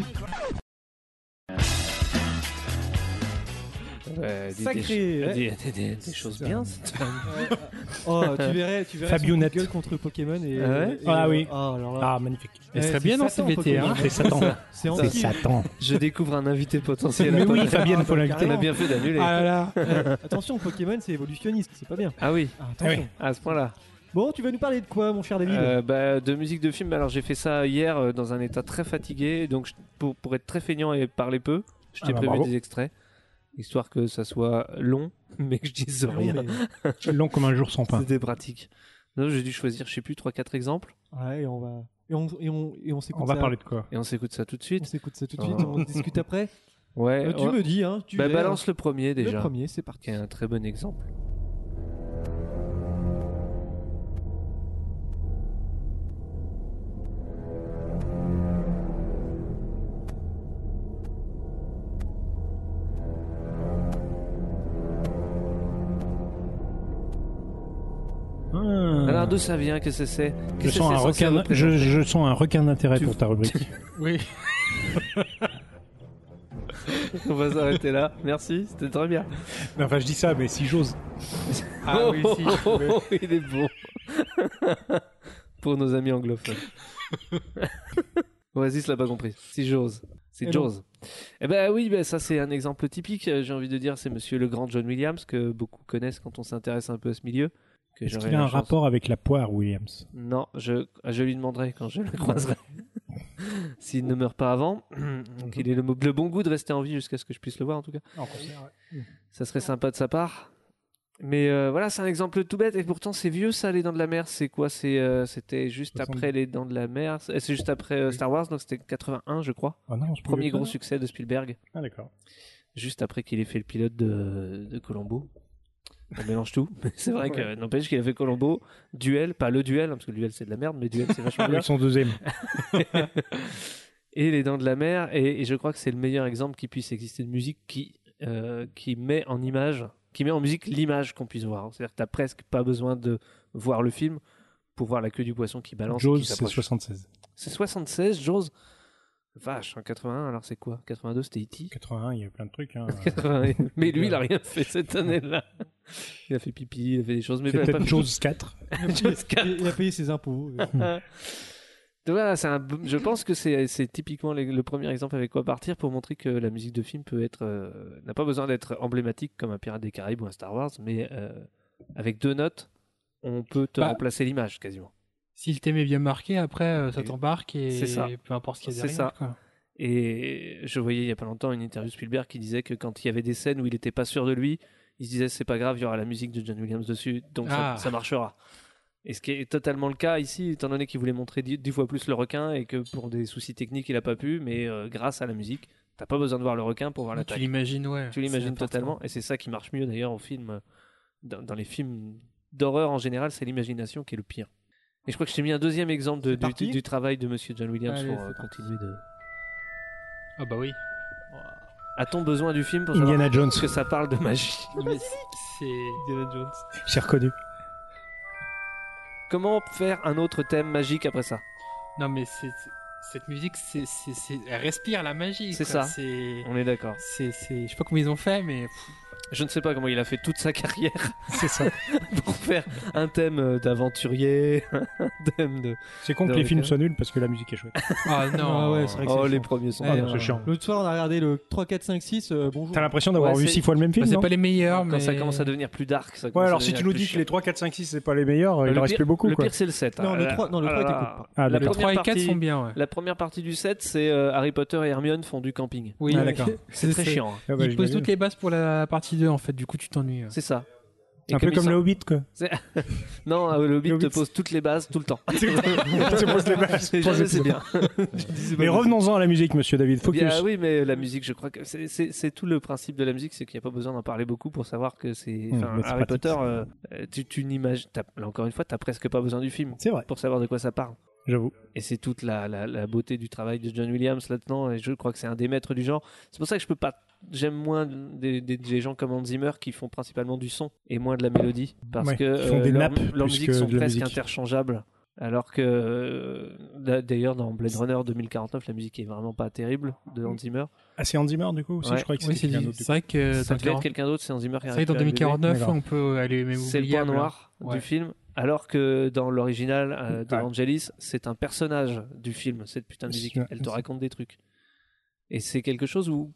[SPEAKER 2] Ouais, dis des
[SPEAKER 3] Sacré,
[SPEAKER 2] cho-
[SPEAKER 3] ouais.
[SPEAKER 2] dis- dis- dis- des choses bien. cette femme.
[SPEAKER 3] [laughs] Oh, tu verrais, tu verrais son
[SPEAKER 1] Fabiounette.
[SPEAKER 3] coup de gueule contre Pokémon et.
[SPEAKER 2] Ah ouais
[SPEAKER 3] et-
[SPEAKER 1] Ah oui.
[SPEAKER 3] Ah, alors là.
[SPEAKER 1] Ah, magnifique.
[SPEAKER 4] Elle serait
[SPEAKER 3] c'est
[SPEAKER 4] bien dans
[SPEAKER 3] Satan,
[SPEAKER 4] CVT, hein.
[SPEAKER 3] Pokémon.
[SPEAKER 1] C'est
[SPEAKER 3] [laughs]
[SPEAKER 1] Satan.
[SPEAKER 3] C'est
[SPEAKER 1] C'est
[SPEAKER 3] anti.
[SPEAKER 1] Satan.
[SPEAKER 2] Je découvre un invité potentiel.
[SPEAKER 1] Mais oui,
[SPEAKER 2] Attends,
[SPEAKER 1] Fabienne, faut
[SPEAKER 2] On
[SPEAKER 1] l'inviter.
[SPEAKER 2] a bien fait d'annuler.
[SPEAKER 1] Ah
[SPEAKER 2] Ah,
[SPEAKER 1] là là.
[SPEAKER 3] Euh, attention, Pokémon, c'est évolutionniste, c'est pas bien.
[SPEAKER 2] oui,
[SPEAKER 3] Ah,
[SPEAKER 1] Ah oui.
[SPEAKER 3] attention.
[SPEAKER 2] à ce point-là.
[SPEAKER 3] Bon, tu vas nous parler de quoi, mon cher David
[SPEAKER 2] Euh, bah, de musique de film, alors j'ai fait ça hier euh, dans un état très fatigué, donc je- pour, pour être très feignant et parler peu, je
[SPEAKER 1] Ah
[SPEAKER 2] t'ai
[SPEAKER 1] bah,
[SPEAKER 2] prévu
[SPEAKER 1] bravo.
[SPEAKER 2] des extraits, histoire que ça soit long, [laughs] mais que je dise
[SPEAKER 1] Ah
[SPEAKER 3] Non,
[SPEAKER 2] rien.
[SPEAKER 3] Ah, mais-
[SPEAKER 1] Long comme un jour sans pain.
[SPEAKER 2] C'était pratique. Non, j'ai dû choisir, je sais plus, 3-4 exemples,
[SPEAKER 3] Ouais, et on va. Et on, et on, et on s'écoute
[SPEAKER 1] On va
[SPEAKER 3] ça.
[SPEAKER 1] parler de quoi
[SPEAKER 2] et on s'écoute ça tout de
[SPEAKER 3] On
[SPEAKER 2] suite.
[SPEAKER 3] s'écoute ça tout de suite,
[SPEAKER 2] Oh.
[SPEAKER 3] on
[SPEAKER 2] [laughs]
[SPEAKER 3] discute après.
[SPEAKER 2] Ouais,
[SPEAKER 3] Euh, tu
[SPEAKER 2] ouais.
[SPEAKER 3] me dis, hein. Tu
[SPEAKER 2] Bah,
[SPEAKER 3] gères.
[SPEAKER 2] balance le premier
[SPEAKER 3] Le
[SPEAKER 2] déjà,
[SPEAKER 3] premier, c'est parti.
[SPEAKER 2] qui est un très bon exemple. Alors d'où ça vient, qu'est-ce que c'est
[SPEAKER 1] Je
[SPEAKER 2] Qu'est-ce que
[SPEAKER 1] sens,
[SPEAKER 2] c'est
[SPEAKER 1] un
[SPEAKER 2] censé
[SPEAKER 1] requin,
[SPEAKER 2] représenter
[SPEAKER 1] je, je sens un requin d'intérêt
[SPEAKER 2] Tu-
[SPEAKER 1] pour ta rubrique.
[SPEAKER 4] Oui.
[SPEAKER 2] On va s'arrêter là, merci, c'était très bien.
[SPEAKER 1] enfin, je dis ça, mais si j'ose.
[SPEAKER 4] Ah [laughs] oui, si.
[SPEAKER 2] Oh, oh, oh, [laughs] il est bon. Pour nos amis anglophones. Oasis l'a pas compris. Si j'ose. Si
[SPEAKER 3] Et
[SPEAKER 2] j'ose. Eh ben oui, ben ça c'est un exemple typique. euh, J'ai envie de dire, c'est Monsieur le grand John Williams que beaucoup connaissent quand on s'intéresse un peu à ce milieu. Que
[SPEAKER 1] Est-ce
[SPEAKER 2] j'aurais
[SPEAKER 1] qu'il a
[SPEAKER 2] la
[SPEAKER 1] un
[SPEAKER 2] chance-
[SPEAKER 1] rapport avec la poire, Williams
[SPEAKER 2] Non, je, ah, je lui demanderai quand
[SPEAKER 1] [laughs]
[SPEAKER 2] je le croiserai. S'il ne meurt pas avant, [clears throat] qu'il ait le, mo- le bon goût de rester en vie jusqu'à ce que je puisse le voir en tout cas. Ça serait sympa de sa part. Mais euh, voilà, c'est un exemple tout bête et pourtant c'est vieux ça, les Dents de la Mer. C'est quoi C'est, euh, C'était juste
[SPEAKER 1] 70.
[SPEAKER 2] après les Dents de la Mer. C'est c'est juste après euh, Star Wars, donc c'était 81 je crois.
[SPEAKER 1] Ah non, on se peut
[SPEAKER 2] Premier
[SPEAKER 1] le
[SPEAKER 2] gros
[SPEAKER 1] faire.
[SPEAKER 2] succès de Spielberg,
[SPEAKER 1] Ah d'accord.
[SPEAKER 2] juste après qu'il ait fait le pilote de, de Colombo. On mélange tout, [laughs] mais c'est vrai que n'empêche qu'il a fait Colombo, duel, pas le duel, hein, parce que le duel c'est de la merde, mais duel c'est
[SPEAKER 1] [laughs]
[SPEAKER 2] vachement bien.
[SPEAKER 1] Avec son deuxième.
[SPEAKER 2] et les dents de la mer et, et je crois que c'est le meilleur exemple qui puisse exister de musique qui euh, qui met en image qui met en musique l'image qu'on puisse voir c'est-à-dire que t'as presque pas besoin de voir le film pour voir la queue du poisson qui balance et
[SPEAKER 1] Jaws,
[SPEAKER 2] qui
[SPEAKER 1] c'est
[SPEAKER 2] s'approche.
[SPEAKER 1] 76.
[SPEAKER 2] c'est 76 Jaws vache en 81 alors c'est quoi 82 c'était
[SPEAKER 1] [laughs]
[SPEAKER 2] E.T.
[SPEAKER 1] 81, il y a eu plein de trucs. Hein.
[SPEAKER 2] 80, mais lui il a rien fait cette année-là il a fait pipi il a fait des choses mais
[SPEAKER 1] c'est
[SPEAKER 2] pas-
[SPEAKER 1] peut-être
[SPEAKER 2] pas-
[SPEAKER 1] Jaws 4.
[SPEAKER 2] Jaws 4.
[SPEAKER 3] Il il a payé ses impôts. euh.
[SPEAKER 2] [laughs] Donc voilà, c'est un b- je pense que c'est c'est typiquement les- le premier exemple avec quoi partir pour montrer que la musique de film peut être euh, n'a pas besoin d'être emblématique comme un Pirate des Caraïbes ou un Star Wars, mais euh, avec deux notes, on peut te
[SPEAKER 4] Bah.
[SPEAKER 2] remplacer l'image quasiment.
[SPEAKER 4] Si le thème est bien marqué, après, euh, ça
[SPEAKER 2] Et-
[SPEAKER 4] t'embarque et
[SPEAKER 2] C'est ça.
[SPEAKER 4] peu importe ce qu'il y a
[SPEAKER 2] C'est
[SPEAKER 4] derrière.
[SPEAKER 2] ça.
[SPEAKER 4] quoi.
[SPEAKER 2] Et je voyais il y a pas longtemps une interview de Spielberg qui disait que quand il y avait des scènes où il n'était pas sûr de lui, il se disait c'est pas grave, il y aura la musique de John Williams dessus, donc ça-
[SPEAKER 4] Ah.
[SPEAKER 2] ça, marchera. Et ce qui est totalement le cas ici, étant donné qu'il voulait montrer dix, dix fois plus le requin et que pour des soucis techniques il a pas pu, mais euh, grâce à la musique, t'as pas besoin de voir le requin pour voir
[SPEAKER 4] Ouais, tu
[SPEAKER 2] l'attaque.
[SPEAKER 4] l'imagines, ouais.
[SPEAKER 2] Tu
[SPEAKER 4] C'est
[SPEAKER 2] l'imagines
[SPEAKER 4] important.
[SPEAKER 2] totalement, et c'est ça qui marche mieux d'ailleurs au film, euh, dans, dans les films d'horreur en général, c'est l'imagination qui est le pire. Et je crois que je t'ai mis un deuxième exemple de-
[SPEAKER 3] C'est
[SPEAKER 2] du,
[SPEAKER 3] parti
[SPEAKER 2] du- du travail de Monsieur John Williams
[SPEAKER 4] Allez,
[SPEAKER 2] pour
[SPEAKER 4] c'est
[SPEAKER 2] euh,
[SPEAKER 4] parti.
[SPEAKER 2] continuer de.
[SPEAKER 4] Ah bah oui.
[SPEAKER 2] A-t-on besoin du film pour savoir
[SPEAKER 1] Indiana Jones,
[SPEAKER 2] ce que ça parle de magie [laughs]
[SPEAKER 4] Mais c'est.
[SPEAKER 1] j'ai reconnu.
[SPEAKER 2] Comment faire un autre thème magique après ça
[SPEAKER 4] Non, mais c'est. c'est- Cette musique, c'est, c'est, c'est- elle respire la magie.
[SPEAKER 2] C'est ça.
[SPEAKER 4] quoi. C'est,
[SPEAKER 2] On est d'accord.
[SPEAKER 4] c'est, c'est- je sais pas comment ils ont fait, mais pff,
[SPEAKER 2] Je ne sais pas comment il a fait toute sa carrière
[SPEAKER 1] [laughs] C'est ça.
[SPEAKER 2] [laughs] pour faire un thème euh, d'aventurier, [laughs] un thème de.
[SPEAKER 1] C'est con que
[SPEAKER 2] Non,
[SPEAKER 1] les
[SPEAKER 2] mais
[SPEAKER 1] films
[SPEAKER 2] quand
[SPEAKER 1] soient nuls parce que la musique est chouette.
[SPEAKER 4] Ah non.
[SPEAKER 1] [laughs]
[SPEAKER 3] Ah ouais, c'est vrai que
[SPEAKER 2] Oh,
[SPEAKER 3] c'est
[SPEAKER 2] les
[SPEAKER 3] chiant.
[SPEAKER 2] premiers sont.
[SPEAKER 3] Ah,
[SPEAKER 1] Ah,
[SPEAKER 3] non,
[SPEAKER 2] bien.
[SPEAKER 1] c'est chiant.
[SPEAKER 3] L'autre soir, on a regardé le 3, 4, 5, 6. euh, bonjour.
[SPEAKER 1] T'as l'impression d'avoir
[SPEAKER 2] Ouais,
[SPEAKER 1] vu
[SPEAKER 2] c'est-
[SPEAKER 1] six fois le même film,
[SPEAKER 4] Bah, c'est
[SPEAKER 1] non
[SPEAKER 4] pas les meilleurs,
[SPEAKER 2] Quand
[SPEAKER 4] mais.
[SPEAKER 2] ça commence à devenir plus dark, ça
[SPEAKER 1] Ouais,
[SPEAKER 2] commence à
[SPEAKER 1] alors si
[SPEAKER 2] devenir
[SPEAKER 1] tu nous
[SPEAKER 2] plus
[SPEAKER 1] dis que
[SPEAKER 2] chiant.
[SPEAKER 1] les 3, 4, 5, 6, c'est pas les meilleurs, il
[SPEAKER 2] Le
[SPEAKER 1] en reste
[SPEAKER 2] pire-
[SPEAKER 1] plus beaucoup,
[SPEAKER 2] Le
[SPEAKER 1] quoi.
[SPEAKER 2] pile, c'est le 7.
[SPEAKER 3] Non, le
[SPEAKER 2] Ah,
[SPEAKER 3] trois- non, le
[SPEAKER 2] ah,
[SPEAKER 3] trois,
[SPEAKER 2] là,
[SPEAKER 3] t'écoutes
[SPEAKER 2] là.
[SPEAKER 3] pas.
[SPEAKER 1] Ah,
[SPEAKER 4] Le
[SPEAKER 2] La
[SPEAKER 1] d'accord.
[SPEAKER 4] 3 et
[SPEAKER 2] première
[SPEAKER 4] 4 sont
[SPEAKER 2] partie-
[SPEAKER 4] bien, ouais.
[SPEAKER 2] La première partie du 7, c'est euh, Harry Potter et Hermione font du camping.
[SPEAKER 4] Oui,
[SPEAKER 1] Ah, d'accord.
[SPEAKER 2] C'est très chiant. hein.
[SPEAKER 1] Ah, bah,
[SPEAKER 4] Il pose
[SPEAKER 1] j'imagine.
[SPEAKER 4] toutes les bases pour la partie 2, en fait, du coup, tu t'ennuies. ouais.
[SPEAKER 2] C'est ça. Et
[SPEAKER 1] Un peu
[SPEAKER 2] ils
[SPEAKER 1] comme
[SPEAKER 2] sont-
[SPEAKER 1] le Hobbit, quoi.
[SPEAKER 2] Non, euh, le Hobbit
[SPEAKER 1] Le Hobbit,
[SPEAKER 2] te pose toutes les bases tout le temps. [laughs]
[SPEAKER 1] te pose les bases.
[SPEAKER 2] C'est jamais, c'est bien.
[SPEAKER 1] Mais revenons-en à la musique, monsieur David. Focus.
[SPEAKER 2] Eh Bien, oui, mais la musique, je crois que c'est- c'est c'est tout le principe de la musique, c'est qu'il n'y a pas besoin d'en parler beaucoup pour savoir que c'est.
[SPEAKER 1] Mmh,
[SPEAKER 2] enfin,
[SPEAKER 1] mais c'est
[SPEAKER 2] Harry
[SPEAKER 1] pratique,
[SPEAKER 2] Potter,
[SPEAKER 1] ça.
[SPEAKER 2] euh, euh, tu, tu n'imagines. t'as- là, Encore une fois, t'as presque pas besoin du film
[SPEAKER 1] C'est vrai,
[SPEAKER 2] pour savoir de quoi ça parle.
[SPEAKER 1] j'avoue.
[SPEAKER 2] Et c'est toute la, la- la beauté du travail de John Williams là-dedans, et je crois que c'est un des maîtres du genre. C'est pour ça que je peux pas. J'aime moins des, des- des gens comme Hans Zimmer qui font principalement du son et moins de la mélodie. Parce
[SPEAKER 1] Ouais,
[SPEAKER 2] que euh,
[SPEAKER 1] ils font des
[SPEAKER 2] leurs-
[SPEAKER 1] nappes
[SPEAKER 2] leurs
[SPEAKER 1] plus
[SPEAKER 2] musiques
[SPEAKER 1] que
[SPEAKER 2] sont
[SPEAKER 1] de la
[SPEAKER 2] presque
[SPEAKER 1] musique.
[SPEAKER 2] interchangeables. Alors que, euh, d'a- d'ailleurs, dans Blade Runner 2049, la musique est vraiment pas terrible de Hans Zimmer.
[SPEAKER 1] Ah, c'est Andy Murr, du coup aussi,
[SPEAKER 2] Ouais.
[SPEAKER 1] Je crois que
[SPEAKER 4] Oui,
[SPEAKER 1] c'était
[SPEAKER 4] c'est
[SPEAKER 1] quelqu'un
[SPEAKER 4] dit.
[SPEAKER 1] d'autre, du
[SPEAKER 4] C'est vrai que
[SPEAKER 2] ça
[SPEAKER 4] dans
[SPEAKER 2] devait être
[SPEAKER 4] 40
[SPEAKER 2] quelqu'un d'autre, c'est Hans Zimmer qui
[SPEAKER 4] c'est
[SPEAKER 2] a
[SPEAKER 4] vrai que dans
[SPEAKER 2] récupéré le bébé.
[SPEAKER 4] 2049,
[SPEAKER 1] D'accord.
[SPEAKER 4] on peut aller même
[SPEAKER 2] C'est le
[SPEAKER 4] oubliable,
[SPEAKER 2] point
[SPEAKER 4] là.
[SPEAKER 2] noir
[SPEAKER 4] Ouais.
[SPEAKER 2] du film. Alors que dans l'original euh, de
[SPEAKER 1] Ouais.
[SPEAKER 2] Vangelis, c'est un personnage du film, cette putain de
[SPEAKER 1] C'est-
[SPEAKER 2] musique. Elle te
[SPEAKER 1] c'est-
[SPEAKER 2] raconte des trucs. Et c'est quelque chose où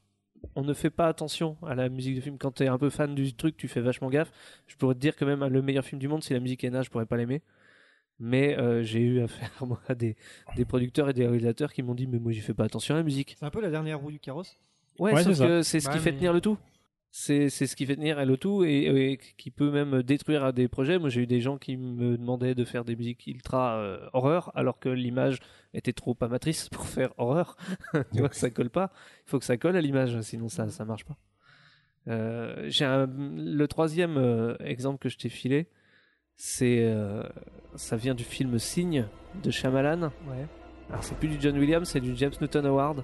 [SPEAKER 2] on ne fait pas attention à la musique du film. Quand tu es un peu fan du truc, tu fais vachement gaffe. Je pourrais te dire que même euh, le meilleur film du monde, si la musique est nage, je pourrais pas l'aimer. Mais euh, j'ai eu affaire [laughs] moi, à des, des producteurs et des réalisateurs qui m'ont dit Mais moi, j'y fais pas attention à la musique.
[SPEAKER 3] C'est un peu la dernière roue du carrosse.
[SPEAKER 2] Ouais,
[SPEAKER 1] Ouais,
[SPEAKER 2] sauf
[SPEAKER 1] c'est ça.
[SPEAKER 2] que c'est ce
[SPEAKER 4] Ouais,
[SPEAKER 2] qui fait
[SPEAKER 4] Bah, mais-
[SPEAKER 2] tenir le tout. C'est c'est ce qui fait tenir le tout et, et qui peut même détruire des projets. Moi, j'ai eu des gens qui me demandaient de faire des musiques ultra euh, horreur alors que l'image était trop amatrice pour faire horreur. [laughs] tu vois, ça colle pas. Il faut que ça colle à l'image, sinon ça ça marche pas. Euh, j'ai un- le troisième euh, exemple que je t'ai filé, c'est euh, ça vient du film Signe de Shyamalan.
[SPEAKER 4] Ouais.
[SPEAKER 2] Alors c'est plus du John Williams, c'est du James Newton Howard.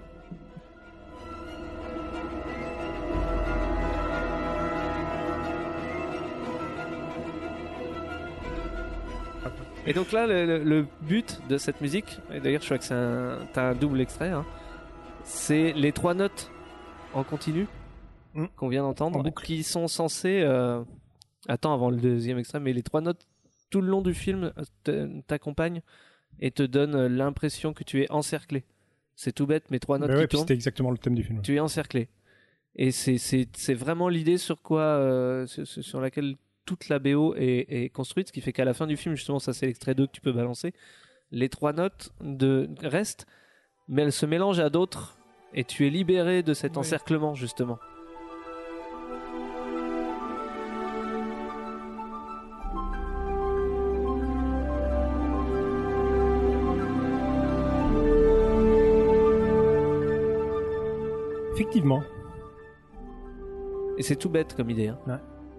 [SPEAKER 2] Et donc là, le, le- le but de cette musique, et d'ailleurs je crois que c'est un, t'as un double extrait, hein, c'est les trois notes en continu
[SPEAKER 1] Mm.
[SPEAKER 2] qu'on vient
[SPEAKER 1] En
[SPEAKER 2] d'entendre, qui sont censées... euh, Attends, avant le deuxième extrait, mais les trois notes tout le long du film euh, te- t'accompagnent et te donnent euh, l'impression que tu es encerclé. C'est tout bête, mais trois
[SPEAKER 1] Bah
[SPEAKER 2] notes
[SPEAKER 1] ouais,
[SPEAKER 2] qui
[SPEAKER 1] puis
[SPEAKER 2] tournent,
[SPEAKER 1] c'était exactement le thème du film.
[SPEAKER 2] tu es encerclé. Et c'est- c'est c'est vraiment l'idée sur quoi, euh, sur, sur- sur laquelle toute la BO est, est construite, ce qui fait qu'à la fin du film, justement, ça c'est l'extrait 2 que tu peux balancer, les trois notes de, restent, mais elles se mélangent à d'autres, et tu es libéré de cet
[SPEAKER 4] Oui.
[SPEAKER 2] encerclement, justement.
[SPEAKER 1] Effectivement.
[SPEAKER 2] Et c'est tout bête comme idée, hein.
[SPEAKER 1] Ouais.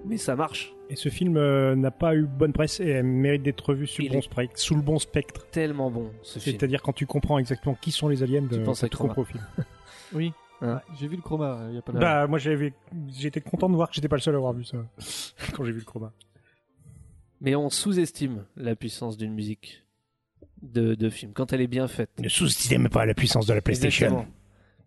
[SPEAKER 2] mais ça marche.
[SPEAKER 1] Et ce film euh, n'a pas eu bonne presse et elle mérite d'être revu sous, le
[SPEAKER 2] Il
[SPEAKER 1] bon
[SPEAKER 2] est-
[SPEAKER 1] spectre- sous le bon spectre.
[SPEAKER 2] Tellement bon ce film.
[SPEAKER 1] C'est-à-dire quand tu comprends exactement qui sont les aliens, de,
[SPEAKER 2] penses à
[SPEAKER 1] tout
[SPEAKER 2] Chroma.
[SPEAKER 1] comprends au film.
[SPEAKER 2] Oui.
[SPEAKER 3] Bah, J'ai vu le chroma, euh, il y a pas de...
[SPEAKER 1] Bah moi j'avais, j'étais content de voir que j'étais pas le seul à avoir vu ça [laughs] quand j'ai vu le chroma.
[SPEAKER 2] Mais on sous-estime la puissance d'une musique de, de film quand elle est bien faite.
[SPEAKER 1] Ne sous-estimez pas la puissance de la
[SPEAKER 2] Exactement.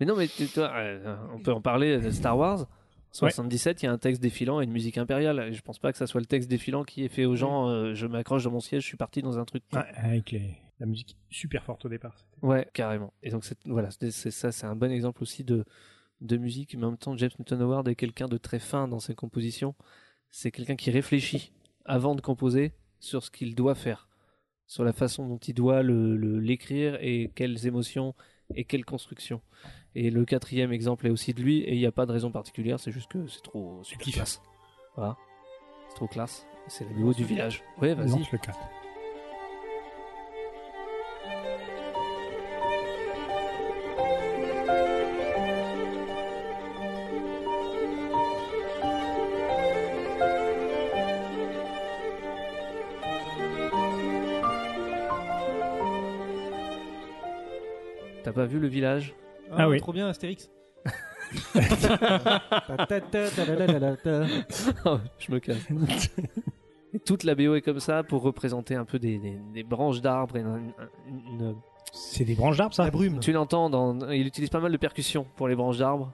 [SPEAKER 2] Mais non, mais tu- toi, euh, on peut en parler de Star Wars. 77, il y a un texte défilant et une musique impériale. Et je pense pas que ça soit le texte défilant qui ait fait aux gens euh, je m'accroche dans mon siège, je suis parti dans un truc.
[SPEAKER 1] Ouais, Ah, avec les- la musique super forte au départ.
[SPEAKER 2] Ouais, carrément. Et donc, c'est, voilà, c'est, c'est ça, c'est un bon exemple aussi de, de musique. Mais en même temps, James Newton Howard est quelqu'un de très fin dans ses compositions. C'est quelqu'un qui réfléchit avant de composer sur ce qu'il doit faire, sur la façon dont il doit le, le- l'écrire et quelles émotions et quelle construction. Et le quatrième exemple est aussi de lui, et il n'y a pas de raison particulière, c'est juste que c'est trop super
[SPEAKER 1] kiffes.
[SPEAKER 2] classe. Voilà. C'est trop classe. C'est la BO du village. Ouais, vas-y.
[SPEAKER 1] Lance le cas.
[SPEAKER 2] T'as pas vu le village
[SPEAKER 1] Ah oui.
[SPEAKER 3] Trop bien, Astérix. Ta- ta- ta- ta- la- la- la- ta.
[SPEAKER 2] [laughs] Oh, je me
[SPEAKER 3] [laughs]
[SPEAKER 2] casse. Et toute la BO est comme ça pour représenter un peu des, des- des branches d'arbres. et une- une- une-
[SPEAKER 1] C'est des branches d'arbres ça
[SPEAKER 3] La brume.
[SPEAKER 2] Tu l'entends, dans... il utilise pas mal de percussions pour les branches d'arbres.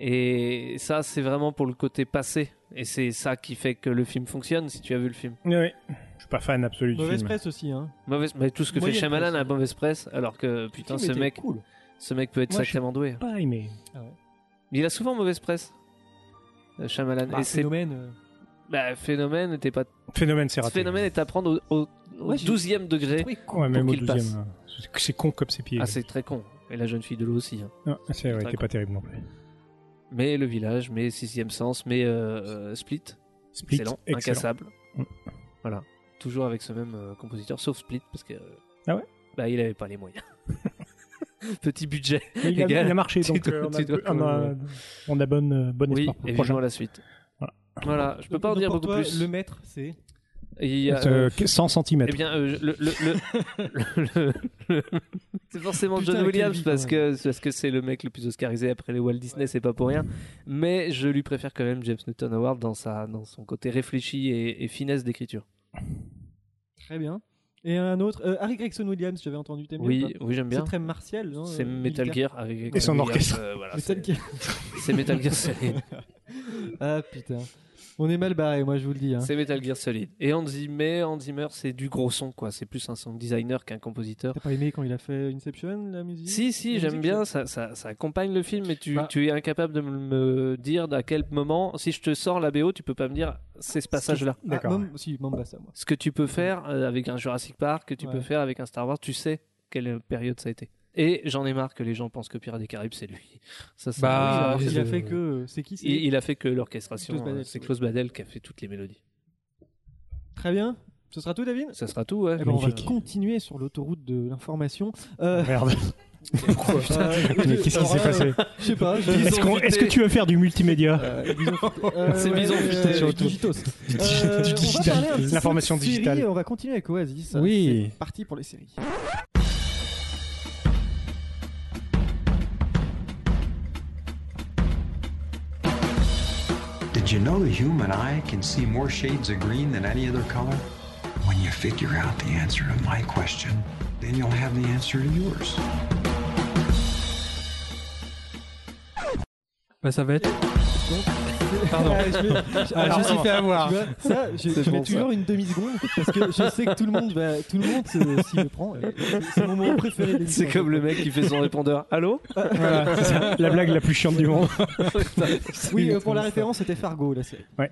[SPEAKER 2] Et ça, c'est vraiment pour le côté passé. Et c'est ça qui fait que le film fonctionne, si tu as vu le film.
[SPEAKER 1] Oui. Je suis pas fan absolu du
[SPEAKER 3] Mauvaise
[SPEAKER 1] film.
[SPEAKER 3] presse aussi, hein.
[SPEAKER 2] Mauvaise... mais tout ce que
[SPEAKER 3] Moyenne
[SPEAKER 2] fait Shyamalan
[SPEAKER 3] presse.
[SPEAKER 2] a mauvaise presse, alors que, putain,
[SPEAKER 3] Le
[SPEAKER 2] ce
[SPEAKER 3] film était
[SPEAKER 2] mec,
[SPEAKER 3] Cool.
[SPEAKER 2] ce mec peut être
[SPEAKER 1] Moi, je-
[SPEAKER 2] sacrément doué.
[SPEAKER 1] Pas aimé.
[SPEAKER 2] Mais il a souvent mauvaise presse, euh, Shyamalan.
[SPEAKER 3] Bah,
[SPEAKER 2] et c'est...
[SPEAKER 3] phénomène. euh,
[SPEAKER 2] Bah, phénomène était pas...
[SPEAKER 1] Phénomène, c'est
[SPEAKER 2] Ce
[SPEAKER 1] raté.
[SPEAKER 2] phénomène est à prendre au, au- au
[SPEAKER 3] Ouais, j'ai-
[SPEAKER 2] 12e degré.
[SPEAKER 3] oui, cool.
[SPEAKER 1] Ouais, même
[SPEAKER 2] Pour
[SPEAKER 1] au
[SPEAKER 2] qu'il passe.
[SPEAKER 1] 12 C'est con comme ses pieds.
[SPEAKER 2] Ah, c'est très con. Et la jeune fille de l'eau aussi. hein.
[SPEAKER 1] Ah, c'est vrai,
[SPEAKER 2] très
[SPEAKER 1] t'es
[SPEAKER 2] con.
[SPEAKER 1] pas terrible non plus.
[SPEAKER 2] Mais le village, mais sixième sens, mais euh, euh, Split,
[SPEAKER 1] Split, Mm.
[SPEAKER 2] excellent, incassable. Voilà. Toujours avec ce même euh, compositeur, sauf Split, parce que... euh,
[SPEAKER 1] Ah ouais
[SPEAKER 2] Bah, il avait pas les moyens. [laughs] Petit budget.
[SPEAKER 1] Mais il, a,
[SPEAKER 2] Égal.
[SPEAKER 1] il a
[SPEAKER 2] [laughs]
[SPEAKER 1] marché,
[SPEAKER 2] Tu
[SPEAKER 1] donc
[SPEAKER 2] dois-
[SPEAKER 1] euh, on,
[SPEAKER 2] tu
[SPEAKER 1] a,
[SPEAKER 2] dois quand
[SPEAKER 1] on a-
[SPEAKER 2] même,
[SPEAKER 1] on a bonne, euh, bon
[SPEAKER 2] Oui,
[SPEAKER 1] espoir pour le prochain.
[SPEAKER 2] évidemment la suite.
[SPEAKER 1] Voilà.
[SPEAKER 2] Voilà, je peux
[SPEAKER 3] Donc,
[SPEAKER 2] pas en
[SPEAKER 3] donc
[SPEAKER 2] dire
[SPEAKER 3] pour
[SPEAKER 2] beaucoup
[SPEAKER 3] toi,
[SPEAKER 2] plus.
[SPEAKER 3] Le maître, c'est.
[SPEAKER 2] Il y a,
[SPEAKER 1] Euh,
[SPEAKER 2] euh,
[SPEAKER 1] 100 cm.
[SPEAKER 2] eh bien, euh, le, le- le- le- le- c'est forcément
[SPEAKER 3] Putain,
[SPEAKER 2] John
[SPEAKER 3] quelle
[SPEAKER 2] Williams
[SPEAKER 3] vie,
[SPEAKER 2] parce
[SPEAKER 3] quand
[SPEAKER 2] que parce que c'est le mec le plus oscarisé après les Walt Disney, c'est pas pour rien. Mais je lui préfère quand même James Newton Howard dans sa dans son côté réfléchi et, et finesse d'écriture.
[SPEAKER 3] Très bien. Et un autre. euh, Harry Gregson Williams, j'avais entendu t'aimes bien ou
[SPEAKER 2] Oui,
[SPEAKER 3] pas
[SPEAKER 2] oui, j'aime
[SPEAKER 3] C'est
[SPEAKER 2] bien.
[SPEAKER 3] très martial. non,
[SPEAKER 2] C'est
[SPEAKER 3] euh,
[SPEAKER 2] Metal
[SPEAKER 3] militaire.
[SPEAKER 2] Gear avec
[SPEAKER 1] Et son
[SPEAKER 2] Williams,
[SPEAKER 1] orchestre.
[SPEAKER 2] euh, voilà,
[SPEAKER 3] Metal
[SPEAKER 2] c'est-
[SPEAKER 3] Gear.
[SPEAKER 2] c'est Metal Gear Solid.
[SPEAKER 3] Ah putain. On est mal barré, moi je vous le dis. hein.
[SPEAKER 2] C'est Metal Gear Solid. Et Hans Zimmer, Hans Zimmer, c'est du gros son quoi. C'est plus un sound designer qu'un compositeur.
[SPEAKER 3] T'as pas aimé quand il a fait Inception, la musique
[SPEAKER 2] Si, si,
[SPEAKER 3] La
[SPEAKER 2] j'aime
[SPEAKER 3] musique,
[SPEAKER 2] bien, ça, ça, ça accompagne le film, mais tu,
[SPEAKER 4] Bah.
[SPEAKER 2] tu es incapable de me me dire à quel moment, si je te sors la BO, tu peux pas me dire c'est ce passage-là.
[SPEAKER 3] Ah,
[SPEAKER 1] D'accord.
[SPEAKER 3] Mom- si, Mombasa, moi.
[SPEAKER 2] Ce que tu peux faire euh, avec un Jurassic Park, que tu peux
[SPEAKER 3] Ouais.
[SPEAKER 2] faire avec un Star Wars, tu sais quelle période ça a été. Et j'en ai marre que les gens pensent que Pirates des Caraïbes, c'est lui. Ça, ça-
[SPEAKER 4] Bah, Ah,
[SPEAKER 2] ça,
[SPEAKER 3] il
[SPEAKER 2] c'est-
[SPEAKER 3] a fait que. euh, C'est qui c'est
[SPEAKER 2] il, il a fait que l'orchestration,
[SPEAKER 3] Klaus Badel,
[SPEAKER 2] euh, c'est
[SPEAKER 3] oui.
[SPEAKER 2] Klaus Badel qui a fait toutes les mélodies.
[SPEAKER 3] Très bien. Ce sera tout, David
[SPEAKER 2] Ça sera tout, ouais.
[SPEAKER 3] Eh ben, on va
[SPEAKER 1] Magnifique. Ah,
[SPEAKER 3] continuer sur l'autoroute de l'information. Euh,
[SPEAKER 2] [laughs]
[SPEAKER 3] [laughs]
[SPEAKER 1] Merde,
[SPEAKER 3] euh,
[SPEAKER 1] [laughs] mais qu'est-ce qui s'est
[SPEAKER 3] alors,
[SPEAKER 1] passé
[SPEAKER 3] euh, Je sais pas. je-
[SPEAKER 1] [laughs] Est-ce qu'on- est-ce que tu veux faire du multimédia
[SPEAKER 3] Euh, bison futé. Euh,
[SPEAKER 2] C'est
[SPEAKER 3] ouais,
[SPEAKER 2] bison
[SPEAKER 3] euh,
[SPEAKER 2] futé sur YouTube.
[SPEAKER 3] digitos.
[SPEAKER 1] Du
[SPEAKER 3] Euh, on va
[SPEAKER 1] digital.
[SPEAKER 3] parler un petit peu
[SPEAKER 1] L'information
[SPEAKER 3] de séries
[SPEAKER 1] digitale.
[SPEAKER 3] et
[SPEAKER 2] euh,
[SPEAKER 3] On va continuer avec Oasis.
[SPEAKER 1] Oui.
[SPEAKER 3] C'est parti pour les séries.
[SPEAKER 8] Did you know the human eye can see more shades of green than any other color? When you figure out the answer to my question, then you'll have the answer to yours.
[SPEAKER 4] Bah, ça va être. Pardon.
[SPEAKER 3] Ah, je me- je-
[SPEAKER 4] Ah,
[SPEAKER 3] alors,
[SPEAKER 4] je me suis fait avoir.
[SPEAKER 3] tu vois, ça, je, je mets toujours une demi-seconde parce que je sais que tout le monde va, tout le monde se- s'y le prend. euh, C'est mon moment
[SPEAKER 1] [laughs]
[SPEAKER 3] préféré de l'émission.
[SPEAKER 2] C'est comme le mec qui fait son répondeur. Allô
[SPEAKER 1] Voilà, c'est ça, La blague la plus chiante du monde.
[SPEAKER 3] Oui, euh, pour la référence, c'était Fargo, la série.
[SPEAKER 1] Ouais.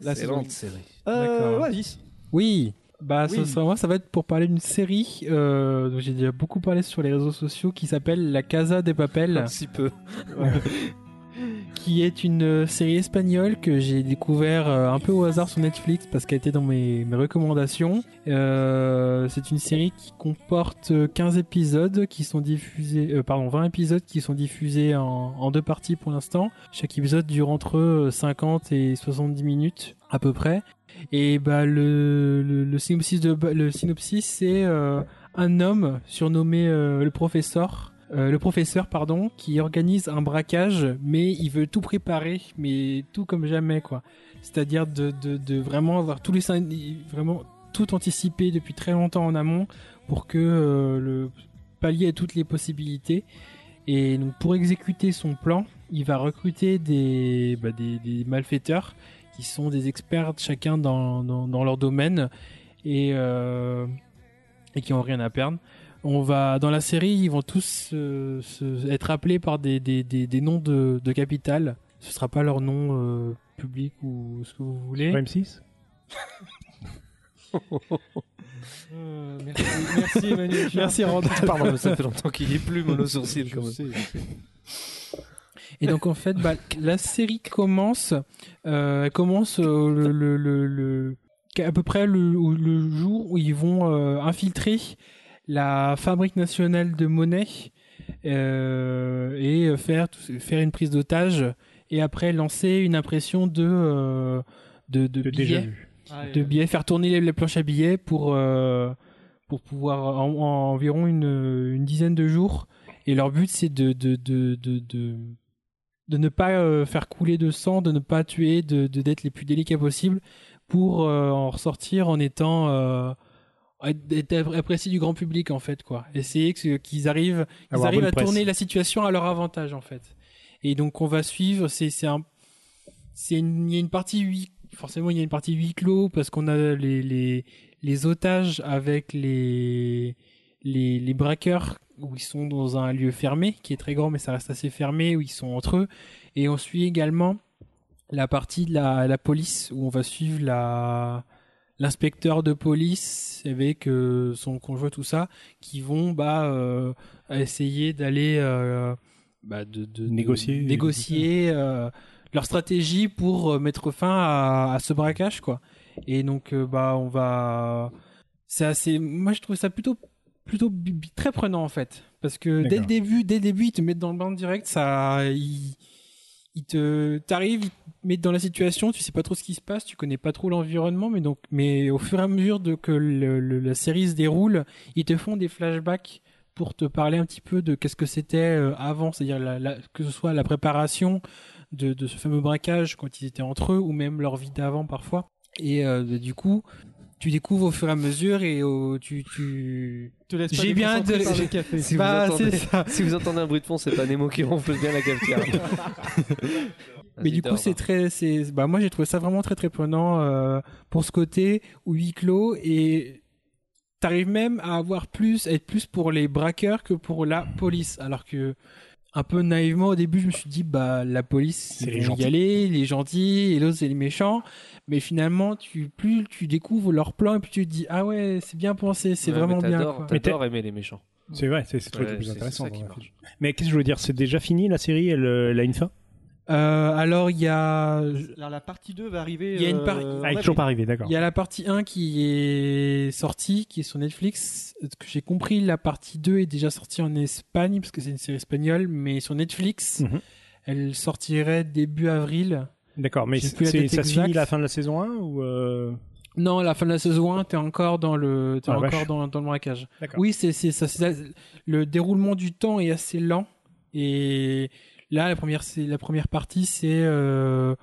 [SPEAKER 3] La saison
[SPEAKER 2] Excellente série.
[SPEAKER 3] Euh,
[SPEAKER 4] D'accord.
[SPEAKER 3] Oasis.
[SPEAKER 4] Oui. Bah, ce
[SPEAKER 3] Oui.
[SPEAKER 4] sera- moi, ça va être pour parler d'une série euh, dont j'ai déjà beaucoup parlé sur les réseaux sociaux qui s'appelle La Casa des Papels.
[SPEAKER 2] Un petit peu.
[SPEAKER 4] [laughs] qui est une euh, série espagnole que j'ai découvert euh, un peu au hasard sur Netflix parce qu'elle était dans mes, mes recommandations. Euh, c'est une série qui comporte euh, 15 épisodes qui sont diffusés, euh, pardon, 20 épisodes qui sont diffusés en, en deux parties pour l'instant. Chaque épisode dure entre euh, 50 et 70 minutes à peu près. Et bah le, le, le synopsis de ba- le synopsis c'est euh, un homme surnommé euh, le professeur euh, le professeur pardon qui organise un braquage mais il veut tout préparer mais tout comme jamais quoi c'est-à-dire de, de, de vraiment avoir tous les syn- vraiment tout anticipé depuis très longtemps en amont pour que euh, le pallier à toutes les possibilités et donc pour exécuter son plan il va recruter des, bah, des, des malfaiteurs qui sont des experts chacun dans, dans, dans leur domaine et, euh, et qui ont rien à perdre. On va dans la série, ils vont tous euh, se- être appelés par des, des, des, des noms de, de capitales. Ce sera pas leur nom euh, public ou ce que vous voulez.
[SPEAKER 1] M6
[SPEAKER 3] Euh, merci, [laughs] merci Emmanuel.
[SPEAKER 4] Merci Randa.
[SPEAKER 2] Pardon, mais ça fait longtemps qu'il est plus mono-sourcil
[SPEAKER 3] Je
[SPEAKER 2] quand même.
[SPEAKER 3] sais, je sais.
[SPEAKER 4] Et donc en fait, bah, la série commence, euh, elle commence euh, le, le- le- le- à peu près le, le jour où ils vont euh, infiltrer la fabrique nationale de monnaie euh, et faire tout- faire une prise d'otage et après lancer une impression de euh, de, de
[SPEAKER 1] J'ai déjà
[SPEAKER 4] billets
[SPEAKER 1] vu.
[SPEAKER 3] Ah,
[SPEAKER 4] de
[SPEAKER 3] euh,
[SPEAKER 4] billets, faire tourner les, les planches à billets pour, euh, pour pouvoir en, en environ une, une dizaine de jours. Et leur but, c'est de, de, de, de, de, de ne pas euh, faire couler de sang, de ne pas tuer, de de- d'être les plus délicats possibles pour euh, en ressortir en étant euh, être- être apprécié du grand public en fait quoi. Essayer que- qu'ils arrivent, ils
[SPEAKER 1] Avoir
[SPEAKER 4] arrivent
[SPEAKER 1] bonne
[SPEAKER 4] à
[SPEAKER 1] presse.
[SPEAKER 4] tourner la situation à leur avantage en fait. Et donc on va suivre, c'est c'est un, c'est une- il y a une partie huit, forcément il y a une partie huis clos parce qu'on a les les les otages avec les les les braqueurs où ils sont dans un lieu fermé qui est très grand mais ça reste assez fermé où ils sont entre eux et on suit également la partie de la, la police où on va suivre la l'inspecteur de police avec euh, son conjoint tout ça qui vont bah euh, essayer d'aller euh, bah, de, de- de-
[SPEAKER 1] Négocier.
[SPEAKER 4] négocier euh, leur stratégie pour euh, mettre fin à, à ce braquage quoi et donc euh, bah on va c'est assez moi je trouve ça plutôt plutôt bi- bi- très prenant en fait parce que dès le
[SPEAKER 1] D'accord.
[SPEAKER 4] début dès le début ils te mettent dans le bain direct ça ils, ils te t'arrives ils te mettent dans la situation tu sais pas trop ce qui se passe tu connais pas trop l'environnement mais donc mais au fur et à mesure de que le- le- la série se déroule ils te font des flashbacks pour te parler un petit peu de qu'est-ce que c'était euh, avant, c'est-à-dire la- la- que ce soit la préparation de, de ce fameux braquage quand ils étaient entre eux ou même leur vie d'avant parfois. Et euh, du coup, tu découvres au fur et à mesure et au- tu, tu...
[SPEAKER 3] Te laisse pas
[SPEAKER 4] J'ai bien
[SPEAKER 3] déconcentrer
[SPEAKER 4] de-
[SPEAKER 3] par le café.
[SPEAKER 2] Si vous,
[SPEAKER 4] Bah,
[SPEAKER 2] entendez,
[SPEAKER 4] c'est
[SPEAKER 2] [laughs]
[SPEAKER 4] ça.
[SPEAKER 2] si vous entendez un bruit de fond, c'est pas Nemo qui ronfle bien la cafetière.
[SPEAKER 4] [laughs] Mais du coup, c'est très, c'est, bah moi j'ai trouvé ça vraiment très très prenant euh, pour ce côté où huis clos et t'arrives même à avoir plus, à être plus pour les braqueurs que pour la police, alors que un peu naïvement au début je me suis dit bah la police
[SPEAKER 1] C'est les
[SPEAKER 4] ils vont y
[SPEAKER 1] gentils.
[SPEAKER 4] aller, les gentils et l'autre c'est les méchants, mais finalement tu plus tu découvres leur plan et puis tu te dis ah ouais c'est bien pensé, c'est vraiment bien. quoi.
[SPEAKER 2] hein. T'adores aimer les méchants.
[SPEAKER 1] C'est vrai, c'est c'est le truc
[SPEAKER 2] Ouais,
[SPEAKER 1] le plus
[SPEAKER 2] c'est- c'est
[SPEAKER 1] intéressant.
[SPEAKER 2] ça
[SPEAKER 1] dans
[SPEAKER 2] qui
[SPEAKER 1] la
[SPEAKER 2] marche.
[SPEAKER 1] fiche. Mais qu'est-ce que je veux dire C'est déjà fini la série Elle, euh, elle a une fin
[SPEAKER 4] Euh, alors il y a
[SPEAKER 3] Alors la partie 2 va arriver.
[SPEAKER 4] Il y a une
[SPEAKER 3] euh,
[SPEAKER 4] par-
[SPEAKER 3] en
[SPEAKER 1] Ah, Elle est
[SPEAKER 3] avril.
[SPEAKER 1] toujours pas arrivée, d'accord.
[SPEAKER 4] Il y a la partie 1 qui est sortie, qui est sur Netflix. De Ce que j'ai compris, la partie 2 est déjà sortie en Espagne, parce que c'est une série espagnole, mais sur Netflix,
[SPEAKER 1] Mhm.
[SPEAKER 4] elle sortirait début avril.
[SPEAKER 1] D'accord, mais
[SPEAKER 4] J'ai
[SPEAKER 1] c'est-
[SPEAKER 4] plus la
[SPEAKER 1] c'est-
[SPEAKER 4] date
[SPEAKER 1] ça se finit
[SPEAKER 4] exacte.
[SPEAKER 1] la fin de la saison 1 ou euh,
[SPEAKER 4] Non, à la fin de la saison 1, t'es encore dans le, t'es
[SPEAKER 1] Ah,
[SPEAKER 4] encore
[SPEAKER 1] vache.
[SPEAKER 4] dans, dans le braquage.
[SPEAKER 1] D'accord.
[SPEAKER 4] Oui, c'est, c'est, ça, c'est- le déroulement du temps est assez lent. Et là, la première, c'est, la première partie, c'est, euh,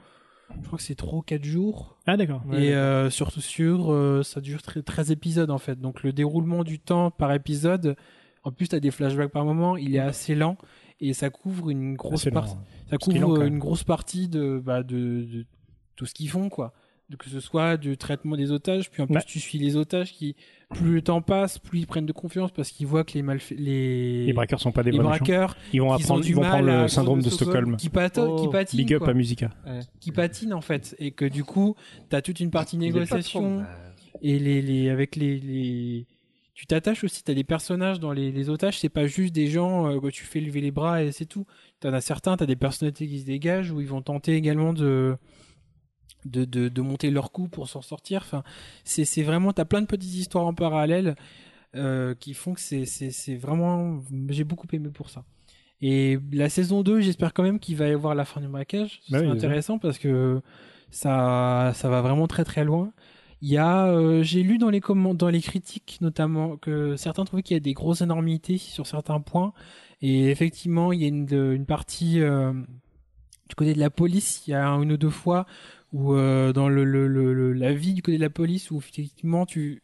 [SPEAKER 4] je crois que c'est 3 ou 4 jours.
[SPEAKER 1] Ah, d'accord.
[SPEAKER 4] et euh, surtout sur, euh, ça dure très- 13 épisodes en fait. Donc le déroulement du temps par épisode, en plus t'as des flashbacks par moment, il est assez lent et ça couvre une grosse
[SPEAKER 1] C'est lent,
[SPEAKER 4] partie.
[SPEAKER 1] hein.
[SPEAKER 4] Ça
[SPEAKER 1] qu'il est lent,
[SPEAKER 4] couvre
[SPEAKER 1] quand
[SPEAKER 4] euh,
[SPEAKER 1] même.
[SPEAKER 4] une grosse partie de, bah, de, de tout ce qu'ils font quoi. De- Que ce soit du traitement des otages, puis en plus
[SPEAKER 1] Ouais.
[SPEAKER 4] tu suis les otages qui, plus le temps passe, plus ils prennent de confiance parce qu'ils voient que les malfa- les,
[SPEAKER 1] Les braqueurs sont pas des
[SPEAKER 4] les
[SPEAKER 1] bons méchants.
[SPEAKER 4] braqueurs
[SPEAKER 1] Ils vont
[SPEAKER 4] ils ont
[SPEAKER 1] apprendre,
[SPEAKER 4] du
[SPEAKER 1] ils vont
[SPEAKER 4] mal
[SPEAKER 1] prendre
[SPEAKER 4] à
[SPEAKER 1] le
[SPEAKER 4] cause
[SPEAKER 1] syndrome
[SPEAKER 3] de
[SPEAKER 1] de Stockholm.
[SPEAKER 4] qui, pato-
[SPEAKER 3] Oh.
[SPEAKER 4] qui patinent
[SPEAKER 1] Big up
[SPEAKER 4] quoi.
[SPEAKER 1] à Musica.
[SPEAKER 4] qui patinent en fait et que du coup t'as toute une partie
[SPEAKER 2] Il est pas trop
[SPEAKER 4] négociation
[SPEAKER 2] mal.
[SPEAKER 4] et les, les avec les, les... tu t'attaches aussi t'as des personnages dans les, les otages c'est pas juste des gens euh, que tu fais lever les bras et c'est tout t'en as certains t'as des personnalités qui se dégagent où ils vont tenter également de de, de, de monter leur coup pour s'en sortir enfin c'est c'est vraiment t'as plein de petites histoires en parallèle euh, qui font que c'est c'est c'est vraiment j'ai beaucoup aimé pour ça et la saison 2 j'espère quand même qu'il va y avoir la fin du braquage
[SPEAKER 1] Bah
[SPEAKER 4] c'est
[SPEAKER 1] oui,
[SPEAKER 4] intéressant parce que ça ça va vraiment très très loin il y a, euh, j'ai lu dans les comment- dans les critiques notamment que certains trouvaient qu'il y a des grosses énormités sur certains points. Et effectivement, il y a une, de- une partie euh, du côté de la police. Il y a une ou deux fois où euh, dans le, le- le- le- la vie du côté de la police où effectivement tu,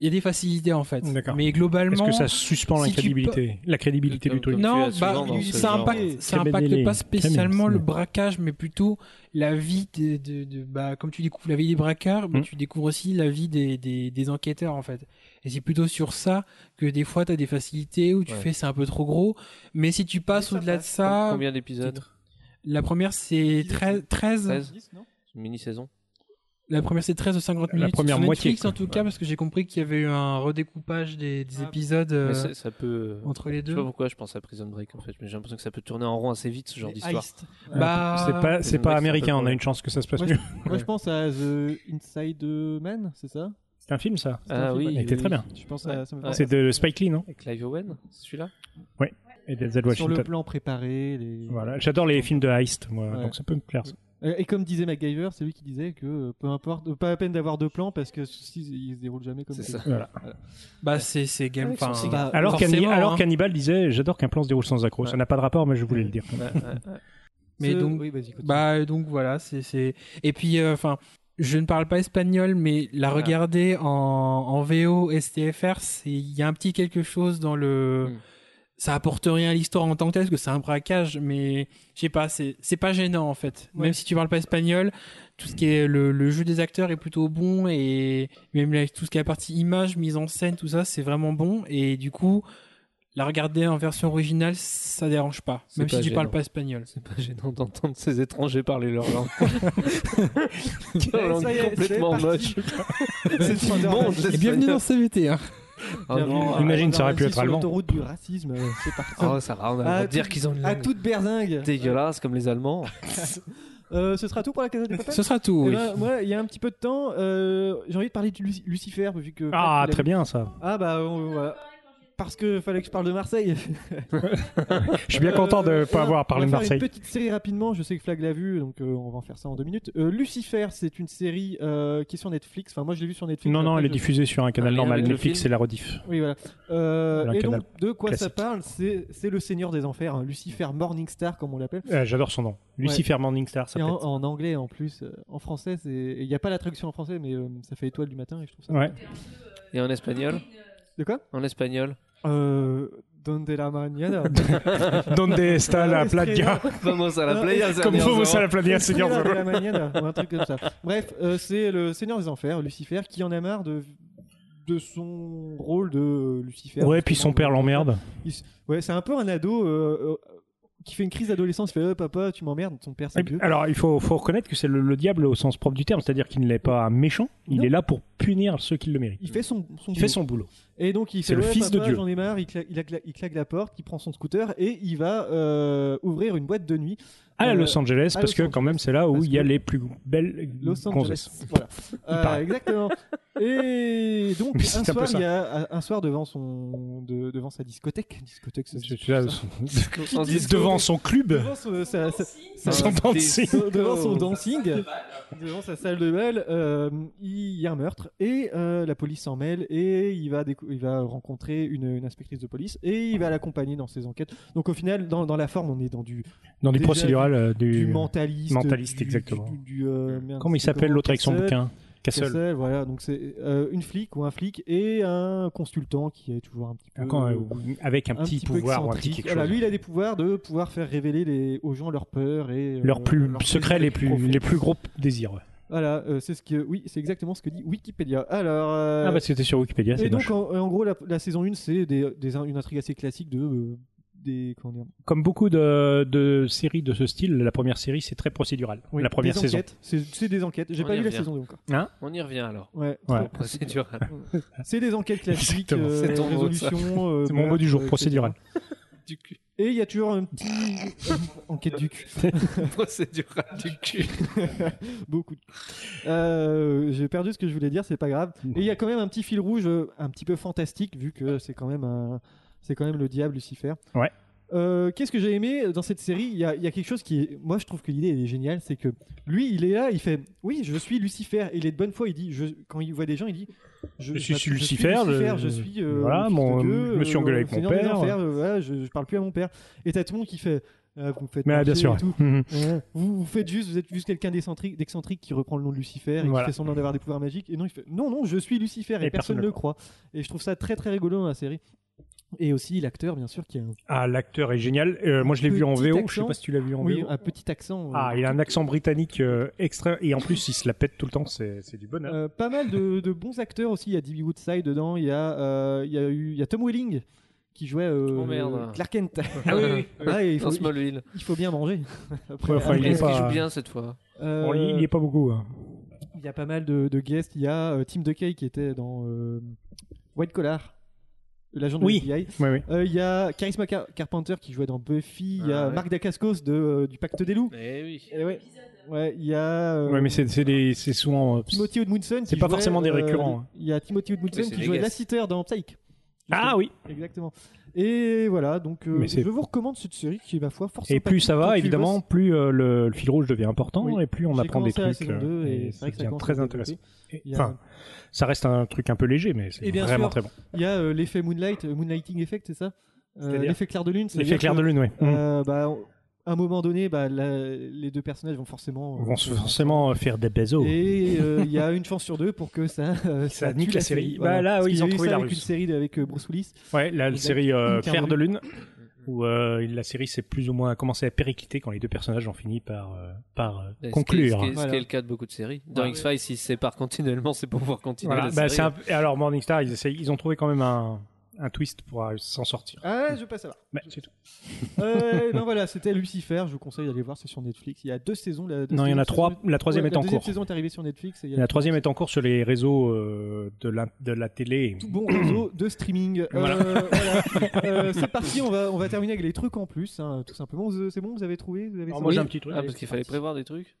[SPEAKER 4] il y a des facilités en fait.
[SPEAKER 1] D'accord.
[SPEAKER 4] Mais
[SPEAKER 1] Est-ce
[SPEAKER 4] globalement,
[SPEAKER 1] que ça suspend
[SPEAKER 4] si
[SPEAKER 1] la
[SPEAKER 4] tu
[SPEAKER 1] crédibilité, la crédibilité
[SPEAKER 2] Comme-
[SPEAKER 1] du truc
[SPEAKER 2] comme-
[SPEAKER 4] non,
[SPEAKER 2] tu as
[SPEAKER 4] bah,
[SPEAKER 2] souvent dans ce
[SPEAKER 4] ça
[SPEAKER 2] genre.
[SPEAKER 4] impacte, ça
[SPEAKER 1] Très belle
[SPEAKER 4] impacte
[SPEAKER 1] idée.
[SPEAKER 4] pas
[SPEAKER 1] Très bien,
[SPEAKER 4] spécialement
[SPEAKER 1] c'est
[SPEAKER 4] le
[SPEAKER 1] bien.
[SPEAKER 4] braquage, mais plutôt la vie de, de, de- bah, comme tu découvres la vie des braqueurs,
[SPEAKER 2] Hmm.
[SPEAKER 4] bah,
[SPEAKER 1] Mm.
[SPEAKER 4] tu découvres aussi la vie des, des, des enquêteurs, en fait. Et c'est plutôt sur ça que des fois t'as des facilités où tu
[SPEAKER 2] Ouais.
[SPEAKER 4] fais c'est un peu trop gros, mais si tu passes
[SPEAKER 3] Mais ça
[SPEAKER 4] au-delà de
[SPEAKER 3] passe.
[SPEAKER 4] ça,
[SPEAKER 2] Combien d'épisodes
[SPEAKER 4] la première c'est 13, 13,
[SPEAKER 2] 13.
[SPEAKER 3] non
[SPEAKER 2] Une mini-saison
[SPEAKER 4] la première c'est 13 de 50
[SPEAKER 1] La
[SPEAKER 4] minutes.
[SPEAKER 1] première
[SPEAKER 4] sur
[SPEAKER 1] moitié,
[SPEAKER 4] Netflix,
[SPEAKER 1] quoi.
[SPEAKER 4] en tout cas, parce que j'ai compris qu'il y avait eu un redécoupage des, des
[SPEAKER 3] Ah.
[SPEAKER 4] épisodes
[SPEAKER 2] Mais
[SPEAKER 4] euh,
[SPEAKER 2] c'est- Ça peut.
[SPEAKER 4] entre les
[SPEAKER 2] Je sais pas
[SPEAKER 4] deux.
[SPEAKER 2] pourquoi je pense à Prison Break en fait, mais j'ai l'impression que ça peut tourner en rond assez vite ce genre
[SPEAKER 3] Mais
[SPEAKER 2] d'histoire.
[SPEAKER 3] Heist.
[SPEAKER 4] Bah,
[SPEAKER 2] c'est
[SPEAKER 1] C'est pas, c'est pas
[SPEAKER 2] vrai que c'est un peu
[SPEAKER 1] américain, on a
[SPEAKER 2] problème.
[SPEAKER 1] une chance que ça se passe
[SPEAKER 3] Ouais,
[SPEAKER 1] mieux.
[SPEAKER 3] Moi je pense à The Inside Man, c'est ça
[SPEAKER 1] C'est un film, ça
[SPEAKER 3] un
[SPEAKER 2] Ah
[SPEAKER 3] film,
[SPEAKER 2] oui,
[SPEAKER 3] ouais.
[SPEAKER 1] Il
[SPEAKER 2] oui,
[SPEAKER 1] était
[SPEAKER 2] oui.
[SPEAKER 1] très bien.
[SPEAKER 3] Je pense
[SPEAKER 2] Ouais.
[SPEAKER 3] à ça me fait
[SPEAKER 2] Ouais.
[SPEAKER 3] penser
[SPEAKER 1] C'est de Spike Lee, non
[SPEAKER 2] Avec Clive Owen, c'est celui-là
[SPEAKER 1] Et Denzel
[SPEAKER 3] sur le
[SPEAKER 1] Washington.
[SPEAKER 3] plan préparé. les-
[SPEAKER 1] Voilà. J'adore les films de heist, moi,
[SPEAKER 3] Ouais.
[SPEAKER 1] donc ça peut me plaire. ça.
[SPEAKER 3] Euh, Et comme disait MacGyver, c'est lui qui disait que euh, peu importe, euh, pas la peine d'avoir deux plans parce que si, ils se déroulent jamais comme
[SPEAKER 2] C'est ça.
[SPEAKER 1] Voilà.
[SPEAKER 4] bah c'est c'est game.
[SPEAKER 2] Avec son
[SPEAKER 4] enfin,
[SPEAKER 2] cigare.
[SPEAKER 1] Alors, qu'Anni-
[SPEAKER 4] forcément,
[SPEAKER 1] alors
[SPEAKER 4] hein.
[SPEAKER 1] Cannibal disait J'adore qu'un plan se déroule sans accro.
[SPEAKER 2] Ouais.
[SPEAKER 1] Ça n'a pas de rapport, mais je voulais le dire.
[SPEAKER 2] Ouais, ouais, ouais.
[SPEAKER 4] Mais
[SPEAKER 3] Ce-
[SPEAKER 4] donc-
[SPEAKER 3] oui, vas-y, continue.
[SPEAKER 4] Bah euh, donc voilà, c'est c'est et puis euh, enfin je ne parle pas espagnol mais la regarder en en VO STFR, c'est il y a un petit quelque chose dans le
[SPEAKER 2] Hmm.
[SPEAKER 4] ça apporte rien à l'histoire en tant que telle, parce que c'est un braquage, mais je sais pas, c'est c'est pas gênant en fait.
[SPEAKER 3] Ouais.
[SPEAKER 4] Même si tu parles pas espagnol, tout ce qui est le, le jeu des acteurs est plutôt bon, et même avec tout ce qui est la partie image, mise en scène, tout ça, c'est vraiment bon, et du coup, la regarder en version originale, ça dérange pas,
[SPEAKER 2] C'est
[SPEAKER 4] même
[SPEAKER 2] pas
[SPEAKER 4] si tu parles
[SPEAKER 2] gênant.
[SPEAKER 4] pas espagnol.
[SPEAKER 2] C'est pas gênant d'entendre ces étrangers parler leur
[SPEAKER 4] [laughs]
[SPEAKER 2] langue. leur langue
[SPEAKER 3] [laughs] Ça y est, c'est
[SPEAKER 2] complètement
[SPEAKER 3] parti.
[SPEAKER 2] moche.
[SPEAKER 3] C'est
[SPEAKER 2] Tout le monde,
[SPEAKER 4] Et bienvenue dans
[SPEAKER 2] l'espagnol.
[SPEAKER 4] CVT, hein.
[SPEAKER 3] Ah
[SPEAKER 2] Oh non.
[SPEAKER 1] Imagine, ça aurait pu être allemand. Ah,
[SPEAKER 3] L'autoroute du racisme, euh, c'est parti.
[SPEAKER 2] Oh, ça va, on
[SPEAKER 4] Ah,
[SPEAKER 2] a le droit
[SPEAKER 3] À
[SPEAKER 2] de dire
[SPEAKER 3] tout-
[SPEAKER 2] qu'ils ont une
[SPEAKER 1] euh,
[SPEAKER 3] À
[SPEAKER 2] langue
[SPEAKER 3] Ah, toute berzingue.
[SPEAKER 2] dégueulasse comme les Allemands.
[SPEAKER 3] Euh, ce sera tout pour la Casa des Papel
[SPEAKER 4] Ce sera tout,
[SPEAKER 3] Eh
[SPEAKER 4] oui.
[SPEAKER 3] ben, moi, il y a un petit peu de temps, euh, j'ai envie de parler de Luc- Lucifer, vu que.
[SPEAKER 1] Ah,
[SPEAKER 3] Fred, il a-
[SPEAKER 1] très bien ça.
[SPEAKER 3] Ah, bah, on- voilà. Parce que fallait que je parle de
[SPEAKER 1] [laughs]
[SPEAKER 3] Marseille.
[SPEAKER 1] Je suis bien content de
[SPEAKER 3] Euh,
[SPEAKER 1] pas
[SPEAKER 3] on va-
[SPEAKER 1] avoir parlé
[SPEAKER 3] on
[SPEAKER 1] de
[SPEAKER 3] va faire
[SPEAKER 1] Marseille.
[SPEAKER 3] Une petite série rapidement, je sais que Flag l'a vu, donc euh, on va en faire ça en deux minutes. Euh, Lucifer, c'est une série euh, qui est sur Netflix. Enfin, moi je l'ai vu sur Netflix.
[SPEAKER 1] Non, non,
[SPEAKER 3] Après,
[SPEAKER 1] elle est
[SPEAKER 3] je-
[SPEAKER 1] diffusée sur un canal
[SPEAKER 2] lien
[SPEAKER 1] normal.
[SPEAKER 2] avec le
[SPEAKER 1] Netflix,
[SPEAKER 2] film
[SPEAKER 1] c'est la rediff.
[SPEAKER 3] Oui, voilà. Euh,
[SPEAKER 1] Voilà, un
[SPEAKER 3] et donc,
[SPEAKER 1] canal
[SPEAKER 3] de quoi ça
[SPEAKER 1] classique.
[SPEAKER 3] parle C'est c'est le Seigneur des Enfers, hein, Lucifer Morningstar, comme on l'appelle.
[SPEAKER 1] Euh, J'adore son nom. Lucifer Morningstar, ça
[SPEAKER 3] Et en,
[SPEAKER 1] pète.
[SPEAKER 3] en anglais en plus. euh, En français, c'est- il n'y a pas la traduction en français, mais euh, ça fait étoile du matin et je trouve ça. [laughs]
[SPEAKER 1] Ouais.
[SPEAKER 2] Et en espagnol
[SPEAKER 3] De quoi
[SPEAKER 2] En espagnol
[SPEAKER 3] euh, [laughs] Donde la mañana.
[SPEAKER 1] Donde está la
[SPEAKER 3] [laughs] Estrella-
[SPEAKER 1] playa?
[SPEAKER 2] Vamos a la
[SPEAKER 3] Non,
[SPEAKER 2] playa,
[SPEAKER 1] Comme
[SPEAKER 2] Sergio
[SPEAKER 1] vous,
[SPEAKER 2] Zoro.
[SPEAKER 1] vous, ça la playa, Seigneur.
[SPEAKER 3] Estrella de la mañana, ou un truc comme ça. Bref, euh, c'est le Seigneur des Enfers, Lucifer, qui en a marre de de son rôle de euh, Lucifer.
[SPEAKER 1] Ouais, puis son père l'emmerde.
[SPEAKER 3] Il s- Ouais, c'est un peu un ado euh, euh, qui fait une crise d'adolescence. Il fait Eh, papa, tu m'emmerdes. Son père, c'est
[SPEAKER 1] Et puis,
[SPEAKER 3] Dieu.
[SPEAKER 1] Alors, il faut, faut reconnaître que c'est le, le diable au sens propre du terme, c'est-à-dire qu'il n'est pas un méchant, il
[SPEAKER 3] Non.
[SPEAKER 1] est là pour punir ceux qui le méritent.
[SPEAKER 3] Il fait son, son
[SPEAKER 1] Il
[SPEAKER 3] boulot.
[SPEAKER 1] fait son boulot.
[SPEAKER 3] Et donc il
[SPEAKER 1] C'est
[SPEAKER 3] fait
[SPEAKER 1] le
[SPEAKER 3] ouais,
[SPEAKER 1] fils de
[SPEAKER 3] papa,
[SPEAKER 1] Dieu.
[SPEAKER 3] J'en ai marre. Il claque, il claque- il claque la porte. Il prend son scooter et il va euh, ouvrir une boîte de nuit.
[SPEAKER 1] À
[SPEAKER 3] Euh,
[SPEAKER 1] Los Angeles,
[SPEAKER 3] à
[SPEAKER 1] parce
[SPEAKER 3] Los
[SPEAKER 1] que quand même, c'est là où
[SPEAKER 3] parce
[SPEAKER 1] il y a
[SPEAKER 3] que-
[SPEAKER 1] les plus belles
[SPEAKER 3] Los Angeles.
[SPEAKER 1] gonzesses.
[SPEAKER 3] Voilà. Euh,
[SPEAKER 1] paraît.
[SPEAKER 3] exactement. Et
[SPEAKER 1] [laughs]
[SPEAKER 3] donc
[SPEAKER 1] Mais c'est
[SPEAKER 3] un
[SPEAKER 1] un peu
[SPEAKER 3] soir,
[SPEAKER 1] ça.
[SPEAKER 3] il y a un soir devant son de- devant sa discothèque, discothèque, ça se dit
[SPEAKER 1] Tu- tu as-
[SPEAKER 2] En
[SPEAKER 1] Dis-
[SPEAKER 2] disco.
[SPEAKER 1] [laughs] Devant son club,
[SPEAKER 3] [laughs] devant son- sa- sa-
[SPEAKER 1] son
[SPEAKER 2] son
[SPEAKER 1] dancing.
[SPEAKER 3] son- devant son dancing, devant sa salle de bal, euh, il y a un meurtre et euh, la police s'en mêle et il va, décou- il va rencontrer une, une inspectrice de police et il va l'accompagner dans ses enquêtes. Donc au final, dans, dans la forme, on est dans du,
[SPEAKER 1] Dans du
[SPEAKER 3] Déjà,
[SPEAKER 1] procédural euh,
[SPEAKER 3] du
[SPEAKER 1] du.
[SPEAKER 3] mentaliste.
[SPEAKER 1] mentaliste,
[SPEAKER 3] du-
[SPEAKER 1] exactement.
[SPEAKER 3] du- du, euh, merde,
[SPEAKER 1] Comment il
[SPEAKER 3] c'est
[SPEAKER 1] s'appelle
[SPEAKER 3] comment,
[SPEAKER 1] l'autre avec son
[SPEAKER 3] Castle,
[SPEAKER 1] bouquin Castle.
[SPEAKER 3] Cassel, voilà. Donc c'est euh, une flic ou un flic et un consultant qui est toujours un petit peu.
[SPEAKER 1] Quand, euh, Avec un,
[SPEAKER 3] un
[SPEAKER 1] petit,
[SPEAKER 3] peu
[SPEAKER 1] pouvoir euh, ou un petit
[SPEAKER 3] excentrique.
[SPEAKER 1] quelque
[SPEAKER 3] Voilà,
[SPEAKER 1] chose.
[SPEAKER 3] lui, il a des pouvoirs de pouvoir faire révéler les, aux gens leurs peurs et euh,
[SPEAKER 1] leurs plus secrets, les plus,
[SPEAKER 3] profonds.
[SPEAKER 1] les plus gros désirs.
[SPEAKER 3] Voilà, euh, c'est ce que oui, c'est exactement ce que dit Wikipédia. Alors. euh,
[SPEAKER 1] Ah bah c'était sur Wikipédia,
[SPEAKER 3] et
[SPEAKER 1] c'est
[SPEAKER 3] donc
[SPEAKER 1] dommage.
[SPEAKER 3] en, en gros, la, la saison 1 c'est des, des- une intrigue assez classique de euh, des comment dire,
[SPEAKER 1] Comme beaucoup de, de séries de ce style, la première série c'est très procédural. la première
[SPEAKER 3] des
[SPEAKER 1] saison.
[SPEAKER 3] enquêtes. C'est c'est des enquêtes. J'ai
[SPEAKER 2] On
[SPEAKER 3] pas
[SPEAKER 2] y
[SPEAKER 3] vu la
[SPEAKER 2] revient.
[SPEAKER 3] saison 2 encore.
[SPEAKER 2] On y revient alors.
[SPEAKER 3] Ouais.
[SPEAKER 1] Ouais.
[SPEAKER 2] [laughs] Procédural.
[SPEAKER 3] C'est des enquêtes classiques,
[SPEAKER 1] Exactement.
[SPEAKER 3] euh,
[SPEAKER 2] C'est ton mot, ça.
[SPEAKER 3] résolution. euh,
[SPEAKER 1] C'est mon mot du jour,
[SPEAKER 3] meurtre,
[SPEAKER 1] procédural.
[SPEAKER 2] du cul.
[SPEAKER 3] Et il y a toujours un petit enquête du [laughs] cul.
[SPEAKER 2] Procédural du cul.
[SPEAKER 3] [laughs] Beaucoup de cul. Euh, J'ai perdu ce que je voulais dire, c'est pas grave. Et il y a quand même un petit fil rouge, euh, un petit peu fantastique, vu que c'est quand même un- c'est quand même le diable Lucifer.
[SPEAKER 1] Ouais.
[SPEAKER 3] Euh, Qu'est-ce que j'ai aimé dans cette série Il y, a il y a quelque chose qui est. Moi, je trouve que l'idée elle est géniale. C'est que lui, il est là, il fait Oui, je suis Lucifer. Et il est de bonne foi. Il dit je- Quand il voit des gens, il dit
[SPEAKER 1] Je suis Lucifer,
[SPEAKER 3] Je,
[SPEAKER 1] je-
[SPEAKER 3] je suis. euh,
[SPEAKER 1] voilà,
[SPEAKER 3] le fils
[SPEAKER 1] mon-
[SPEAKER 3] de Dieu,
[SPEAKER 1] je me suis
[SPEAKER 3] euh,
[SPEAKER 1] engueulé avec mon
[SPEAKER 3] Seigneur des
[SPEAKER 1] père.
[SPEAKER 3] Enfers, euh, voilà, je, je parle plus à mon père. Et t'as tout le monde qui fait Ah, vous me faites
[SPEAKER 1] Mais ah, bien
[SPEAKER 3] marcher
[SPEAKER 1] sûr.
[SPEAKER 3] et tout.
[SPEAKER 1] Mhm.
[SPEAKER 3] Hein, Vous, vous faites juste, vous êtes juste quelqu'un d'excentrique, d'excentrique qui reprend le nom de Lucifer et
[SPEAKER 1] Voilà.
[SPEAKER 3] qui fait semblant d'avoir des pouvoirs magiques. Et non, il fait non, non, je suis Lucifer et,
[SPEAKER 1] Et personne
[SPEAKER 3] personne ne
[SPEAKER 1] le
[SPEAKER 3] le croit. Et je trouve ça très très rigolo dans la série. Et aussi l'acteur, bien sûr, qui a un,
[SPEAKER 1] Ah, l'acteur est génial. Euh, moi, je l'ai vu en
[SPEAKER 3] Petit
[SPEAKER 1] VO. Je sais
[SPEAKER 3] accent.
[SPEAKER 1] pas si tu l'as vu en
[SPEAKER 3] oui,
[SPEAKER 1] VO.
[SPEAKER 3] un petit accent.
[SPEAKER 1] Ah,
[SPEAKER 3] euh,
[SPEAKER 1] il a un accent britannique euh, extra. Et en plus, il se la pète tout le temps. C'est c'est du bonheur.
[SPEAKER 3] euh, pas mal de, de bons acteurs aussi. Il y a D.B. Woodside dedans. Il y a, euh, il y a eu, il y a Tom Welling qui jouait euh,
[SPEAKER 2] Oh, merde. [laughs]
[SPEAKER 3] Clark Kent.
[SPEAKER 2] Ah oui, oui, oui.
[SPEAKER 3] Ah, et il,
[SPEAKER 2] Dans
[SPEAKER 3] faut, il,
[SPEAKER 2] Smallville.
[SPEAKER 3] il faut bien manger. [laughs] Après,
[SPEAKER 1] Ouais, enfin, il est
[SPEAKER 2] Est-ce qu'il
[SPEAKER 1] pas-
[SPEAKER 2] joue bien cette fois
[SPEAKER 3] euh,
[SPEAKER 1] Bon, il il y est pas beaucoup. hein.
[SPEAKER 3] Il y a pas mal de, de guests. Il y a euh, Tim DeKay qui était dans euh, White Collar, l'agent de
[SPEAKER 1] Oui.
[SPEAKER 3] FBI.
[SPEAKER 1] Ouais, ouais.
[SPEAKER 3] Euh, il y a Charisma Car- Carpenter qui jouait dans Buffy. Il y a
[SPEAKER 2] Ah ouais.
[SPEAKER 3] Marc Dacascos de, euh, du Pacte des Loups.
[SPEAKER 2] Eh oui.
[SPEAKER 3] Et ouais. Ouais, il y a euh,
[SPEAKER 1] Ouais, mais c'est c'est des- c'est souvent. euh,
[SPEAKER 3] Timothy Odmundson. qui
[SPEAKER 1] C'est pas
[SPEAKER 3] jouait,
[SPEAKER 1] forcément des
[SPEAKER 3] euh,
[SPEAKER 1] récurrents, hein.
[SPEAKER 3] Il y a Timothy
[SPEAKER 2] Mais
[SPEAKER 3] Odmundson
[SPEAKER 2] c'est
[SPEAKER 3] qui
[SPEAKER 2] des
[SPEAKER 3] jouait
[SPEAKER 2] guests.
[SPEAKER 3] Lassiter dans Psych.
[SPEAKER 1] Ah
[SPEAKER 3] Justement.
[SPEAKER 1] oui.
[SPEAKER 3] Exactement. Et voilà, donc euh,
[SPEAKER 1] Mais c'est-
[SPEAKER 3] je vous recommande cette série qui est ma foi forcément.
[SPEAKER 1] Et plus ça va, évidemment, plus euh, le, le fil rouge devient important
[SPEAKER 3] Oui.
[SPEAKER 1] et plus on apprend des
[SPEAKER 3] commencé
[SPEAKER 1] trucs.
[SPEAKER 3] la saison
[SPEAKER 1] euh,
[SPEAKER 3] 2 et
[SPEAKER 1] et ça
[SPEAKER 3] c'est vrai que ça
[SPEAKER 1] devient
[SPEAKER 3] commence à
[SPEAKER 1] très
[SPEAKER 3] se développer.
[SPEAKER 1] intéressant. Et-
[SPEAKER 3] Il y a-
[SPEAKER 1] Enfin, ça reste un truc un peu léger, mais c'est
[SPEAKER 3] Et bien
[SPEAKER 1] vraiment
[SPEAKER 3] sûr,
[SPEAKER 1] très bon.
[SPEAKER 3] Il y a euh, l'effet Moonlight, euh, Moonlighting Effect, c'est ça Euh,
[SPEAKER 1] C'est-à-dire
[SPEAKER 3] L'effet clair de lune.
[SPEAKER 1] L'effet
[SPEAKER 3] c'est-à-dire
[SPEAKER 1] clair
[SPEAKER 3] que,
[SPEAKER 1] de lune, oui.
[SPEAKER 3] euh, bah, on- à un moment donné, bah, la- les deux personnages vont forcément. euh,
[SPEAKER 1] Ils vont se- forcément euh, faire des bezos.
[SPEAKER 3] Et euh, il y a une chance sur deux pour que ça,
[SPEAKER 1] [laughs]
[SPEAKER 3] euh,
[SPEAKER 1] Ça
[SPEAKER 3] tue
[SPEAKER 1] nique la série. Bah, là,
[SPEAKER 3] Parce
[SPEAKER 1] oui,
[SPEAKER 3] qu'il
[SPEAKER 1] ils
[SPEAKER 3] y
[SPEAKER 1] ont
[SPEAKER 3] a eu
[SPEAKER 1] trouvé
[SPEAKER 3] ça
[SPEAKER 1] la
[SPEAKER 3] avec
[SPEAKER 1] ruse.
[SPEAKER 3] une série de- avec euh, Bruce Willis.
[SPEAKER 1] Ouais, la
[SPEAKER 3] Exact.
[SPEAKER 1] série euh,
[SPEAKER 3] Une
[SPEAKER 1] Clair de Lune,
[SPEAKER 3] Caroline.
[SPEAKER 1] où euh, la série s'est plus ou moins commencé à péricliter quand les deux personnages ont fini par, euh, par euh,
[SPEAKER 2] Bah, Ce qui est- Ce
[SPEAKER 1] conclure.
[SPEAKER 2] qui est, ce qui est
[SPEAKER 3] Voilà.
[SPEAKER 2] le cas de beaucoup de séries. Dans
[SPEAKER 3] Ouais.
[SPEAKER 2] X-Files, ils se séparent continuellement, c'est pour pouvoir continuer.
[SPEAKER 1] Voilà.
[SPEAKER 2] la
[SPEAKER 1] Bah,
[SPEAKER 2] série.
[SPEAKER 1] c'est un- et Alors, Morningstar, ils, essayent- ils ont trouvé quand même un, un twist pour euh, s'en sortir.
[SPEAKER 3] Ah, je veux pas savoir.
[SPEAKER 1] Bah, c'est tout.
[SPEAKER 3] Euh, [laughs] ben voilà, c'était Lucifer. Je vous conseille d'aller voir, c'est sur Netflix. Il y a deux saisons. La, deux
[SPEAKER 1] Non, il y en a
[SPEAKER 3] saisons-
[SPEAKER 1] trois. La troisième
[SPEAKER 3] Ouais,
[SPEAKER 1] est en
[SPEAKER 3] La deuxième
[SPEAKER 1] cours.
[SPEAKER 3] saison est arrivée sur Netflix. et il y a
[SPEAKER 1] La troisième est en cours sur les réseaux euh, de, la, de la télé.
[SPEAKER 3] tout bon réseau de streaming. Euh,
[SPEAKER 1] Voilà.
[SPEAKER 3] voilà.
[SPEAKER 2] [laughs]
[SPEAKER 3] Euh, c'est parti, on va, on va terminer avec les trucs en plus, hein, tout simplement. Vous- C'est bon, vous avez trouvé vous avez
[SPEAKER 1] Alors,
[SPEAKER 3] ça
[SPEAKER 1] moi,
[SPEAKER 2] Oui.
[SPEAKER 1] j'ai un petit truc.
[SPEAKER 2] Ah, parce qu'il fallait prévoir des trucs.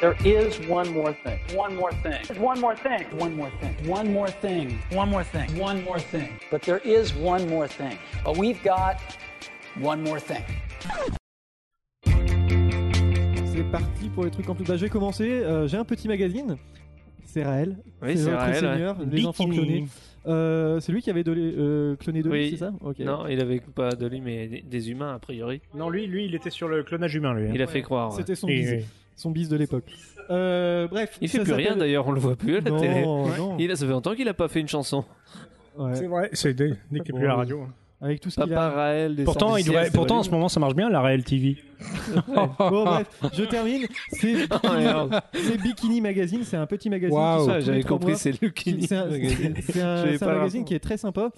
[SPEAKER 9] There is one more thing. One more thing. There's one more thing. One more thing. One more thing. One more thing. One more thing. But there is one more thing. But we've got one more thing.
[SPEAKER 3] C'est parti pour les trucs en plus. Bah, je vais commencer. Euh, J'ai un petit magazine. C'est Raël.
[SPEAKER 2] Oui, c'est
[SPEAKER 3] votre
[SPEAKER 2] Raël,
[SPEAKER 3] Seigneur, les
[SPEAKER 1] Bikini.
[SPEAKER 3] enfants clonés. Euh, c'est lui qui avait donné- euh, cloné Dolly,
[SPEAKER 2] Oui.
[SPEAKER 3] c'est ça Ok.
[SPEAKER 2] Non, il avait pas de lui, mais des- des humains, a priori.
[SPEAKER 1] Non, lui, lui, il était sur le clonage humain, lui. hein.
[SPEAKER 2] Il a fait croire. ouais.
[SPEAKER 3] C'était son
[SPEAKER 1] Et-
[SPEAKER 3] bis, son bis de l'époque. Euh, bref.
[SPEAKER 2] Il fait
[SPEAKER 3] ça
[SPEAKER 2] plus rien
[SPEAKER 3] s'appelle-
[SPEAKER 2] d'ailleurs, on le voit plus à la télé.
[SPEAKER 3] Non, non.
[SPEAKER 2] Il a, ça fait longtemps qu'il a pas fait une chanson.
[SPEAKER 3] Ouais.
[SPEAKER 1] C'est vrai, c'est dès, dès qu'il n'y a plus
[SPEAKER 3] Bon,
[SPEAKER 1] la radio. hein.
[SPEAKER 3] Avec tout ce qu'il
[SPEAKER 2] Papa
[SPEAKER 3] a. [laughs]
[SPEAKER 2] Raël, des
[SPEAKER 1] Pourtant, il
[SPEAKER 2] sorties
[SPEAKER 1] devrait-
[SPEAKER 2] siestes,
[SPEAKER 1] pourtant en
[SPEAKER 2] ouais.
[SPEAKER 1] ce moment, ça marche bien, la Real TV.
[SPEAKER 3] Bon, bref, je termine.
[SPEAKER 2] [laughs]
[SPEAKER 3] C'est
[SPEAKER 2] Ah, merde.
[SPEAKER 3] c'est Bikini Magazine, c'est un petit magazine.
[SPEAKER 4] Waouh.
[SPEAKER 3] qui sort
[SPEAKER 2] Ça,
[SPEAKER 3] tous
[SPEAKER 2] J'avais
[SPEAKER 3] les trois
[SPEAKER 2] compris,
[SPEAKER 3] mois.
[SPEAKER 2] c'est le Kini.
[SPEAKER 3] C'est un, [laughs] c'est un-
[SPEAKER 2] J'avais
[SPEAKER 3] c'est un
[SPEAKER 2] pas
[SPEAKER 3] magazine
[SPEAKER 2] l'info.
[SPEAKER 3] qui est très sympa.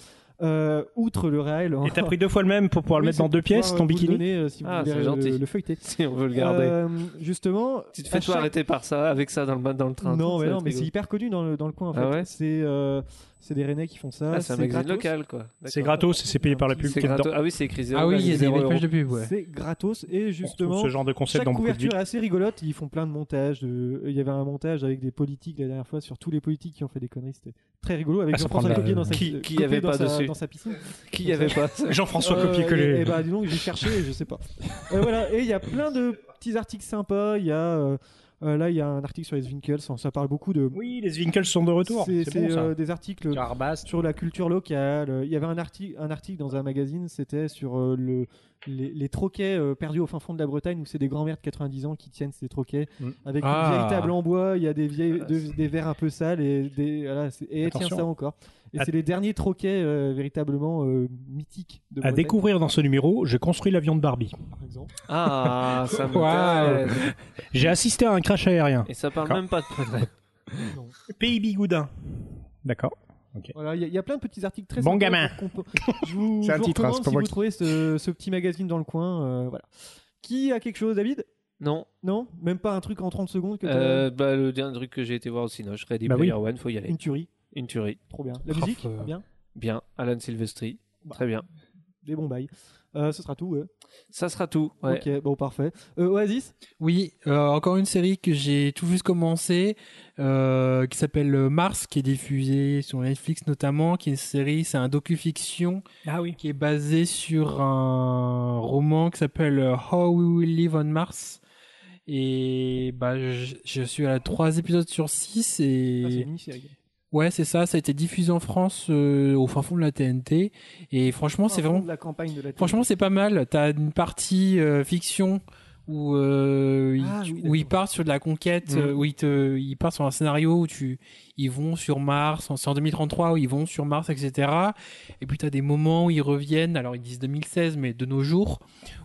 [SPEAKER 3] Euh, outre le réel. hein.
[SPEAKER 1] Et t'as pris deux fois le même pour pouvoir le mettre dans deux pièces, ton bikini
[SPEAKER 3] si vous
[SPEAKER 2] Ah,
[SPEAKER 3] voulez
[SPEAKER 2] c'est
[SPEAKER 3] le-
[SPEAKER 2] gentil.
[SPEAKER 3] le feuilleter.
[SPEAKER 2] Si on veut le garder.
[SPEAKER 3] Euh, justement.
[SPEAKER 2] tu te
[SPEAKER 3] à
[SPEAKER 2] fais toi
[SPEAKER 3] chaque-
[SPEAKER 2] arrêter par ça, avec ça dans le, dans le train.
[SPEAKER 3] Non,
[SPEAKER 2] Ça,
[SPEAKER 3] mais non,
[SPEAKER 2] c'est
[SPEAKER 3] mais c'est
[SPEAKER 2] rigolo.
[SPEAKER 3] hyper connu dans le, dans le coin. En fait.
[SPEAKER 2] Ah ouais
[SPEAKER 3] c'est euh, c'est des Rennais qui font ça.
[SPEAKER 2] Ah, c'est un magazine
[SPEAKER 3] gratos.
[SPEAKER 2] local quoi.
[SPEAKER 1] C'est
[SPEAKER 2] D'accord.
[SPEAKER 1] gratos, c'est payé par la pub.
[SPEAKER 2] C'est
[SPEAKER 1] qui est dedans.
[SPEAKER 2] gratos. Ah oui, c'est écrit 0.
[SPEAKER 4] Ah oui, il y a des des pages de pub, ouais.
[SPEAKER 3] C'est gratos et
[SPEAKER 1] On retrouve
[SPEAKER 3] justement.
[SPEAKER 1] ce genre de concept
[SPEAKER 3] Chaque
[SPEAKER 1] dans beaucoup de villes.
[SPEAKER 3] couverture est assez rigolote. Ils font plein de montages. de- Il y avait un montage avec des politiques la dernière fois sur tous les politiques qui ont fait des conneries. C'était très rigolo avec
[SPEAKER 1] Ah, ça
[SPEAKER 3] Jean-François
[SPEAKER 1] prend de la-
[SPEAKER 3] Copier dans sa,
[SPEAKER 2] Qui- qui
[SPEAKER 3] Copier
[SPEAKER 2] avait
[SPEAKER 3] dans
[SPEAKER 2] pas
[SPEAKER 3] sa-
[SPEAKER 2] dessus
[SPEAKER 3] dans sa piscine.
[SPEAKER 2] Qui y avait pas
[SPEAKER 1] [laughs]
[SPEAKER 2] ça
[SPEAKER 1] Jean-François
[SPEAKER 3] Euh,
[SPEAKER 1] copier-coller.
[SPEAKER 3] Et, et bah dis donc, j'ai cherché, je
[SPEAKER 1] [laughs]
[SPEAKER 3] sais pas. Euh, voilà, et il y a plein de petits articles sympas. Il y a euh, euh, là, il y a un article sur les Winkles. Ça, ça parle beaucoup de.
[SPEAKER 1] Oui, les Winkles sont de retour.
[SPEAKER 3] C'est
[SPEAKER 1] C'est
[SPEAKER 3] c'est,
[SPEAKER 1] bon ça.
[SPEAKER 3] euh, des articles sur la culture locale. Il y avait un article, un article dans un magazine. C'était sur euh, le les, les troquets euh, perdus au fin fond de la Bretagne où c'est des grands-mères de 90 ans qui tiennent ces troquets
[SPEAKER 1] Mm.
[SPEAKER 3] avec une
[SPEAKER 4] Ah.
[SPEAKER 3] vieille table en bois. Il y a des vieilles
[SPEAKER 2] Ah,
[SPEAKER 3] de- des verres un peu sales et des voilà, c'est- et tiens
[SPEAKER 1] Attention.
[SPEAKER 3] ça encore. Et
[SPEAKER 1] À-
[SPEAKER 3] c'est les derniers troquets euh, véritablement euh, mythiques de
[SPEAKER 1] À
[SPEAKER 3] Bretagne.
[SPEAKER 1] découvrir dans ce numéro, j'ai construit l'avion de Barbie.
[SPEAKER 3] par exemple.
[SPEAKER 2] Ah, ça me
[SPEAKER 4] Waouh.
[SPEAKER 2] plaît.
[SPEAKER 1] J'ai assisté à un crash aérien.
[SPEAKER 2] Et ça parle
[SPEAKER 1] D'accord.
[SPEAKER 2] même pas de progrès.
[SPEAKER 1] Pays Bigoudin. D'accord.
[SPEAKER 3] Voilà, il y a- il y, a plein de petits articles très
[SPEAKER 1] Bon
[SPEAKER 3] sympas
[SPEAKER 1] gamin.
[SPEAKER 3] pour qu'on peut-
[SPEAKER 1] [laughs]
[SPEAKER 3] Je vous,
[SPEAKER 1] C'est un
[SPEAKER 3] je vous
[SPEAKER 1] titre, hein,
[SPEAKER 3] recommande
[SPEAKER 1] c'est pas
[SPEAKER 3] si
[SPEAKER 1] moi
[SPEAKER 3] vous
[SPEAKER 1] qui-
[SPEAKER 3] trouvez ce, ce petit magazine dans le coin, euh, voilà. Qui a quelque chose, David
[SPEAKER 2] Non,
[SPEAKER 3] Non, même pas un truc en 30 secondes que t'as-
[SPEAKER 2] euh, bah, le dernier truc que j'ai été voir aussi, non, je Ready
[SPEAKER 1] Bah oui.
[SPEAKER 2] Player One, faut y aller.
[SPEAKER 3] une tuerie,
[SPEAKER 2] Une tuerie.
[SPEAKER 3] trop bien. La
[SPEAKER 4] Oh,
[SPEAKER 3] musique,
[SPEAKER 4] euh.
[SPEAKER 3] bien,
[SPEAKER 2] Bien, Alan Silvestri,
[SPEAKER 3] Bah.
[SPEAKER 2] très bien.
[SPEAKER 3] des bons bails. Euh, ce sera tout. ouais.
[SPEAKER 2] Ça sera tout. Ouais.
[SPEAKER 3] Ok, bon parfait. Euh, Oasis,
[SPEAKER 4] Oui, euh, encore une série que j'ai tout juste commencé, euh, qui s'appelle euh, Mars, qui est diffusée sur Netflix notamment, qui est une série, c'est un docu-fiction
[SPEAKER 1] Ah oui.
[SPEAKER 4] qui est basé sur un roman qui s'appelle euh, How We Will Live on Mars. Et bah, je, je suis à trois épisodes sur six
[SPEAKER 3] Ah, c'est
[SPEAKER 4] et
[SPEAKER 3] une mini-série.
[SPEAKER 4] ouais, c'est ça. Ça a été diffusé en France euh, au fin fond de la TNT. Et franchement, c'est
[SPEAKER 3] Un fond
[SPEAKER 4] vraiment
[SPEAKER 3] de la campagne de la télé.
[SPEAKER 4] Franchement, c'est pas mal. T'as une partie euh, fiction où euh,
[SPEAKER 3] Ah,
[SPEAKER 4] ils,
[SPEAKER 3] oui,
[SPEAKER 4] où ils
[SPEAKER 3] d'accord. Mm.
[SPEAKER 4] partent sur de la conquête,
[SPEAKER 2] Mhm.
[SPEAKER 4] euh, où ils te, ils partent sur un scénario où tu, ils vont sur Mars. en- C'est en 2033 où ils vont sur Mars, etc. Et puis t'as des moments où ils reviennent. Alors ils disent 2016, mais de nos jours,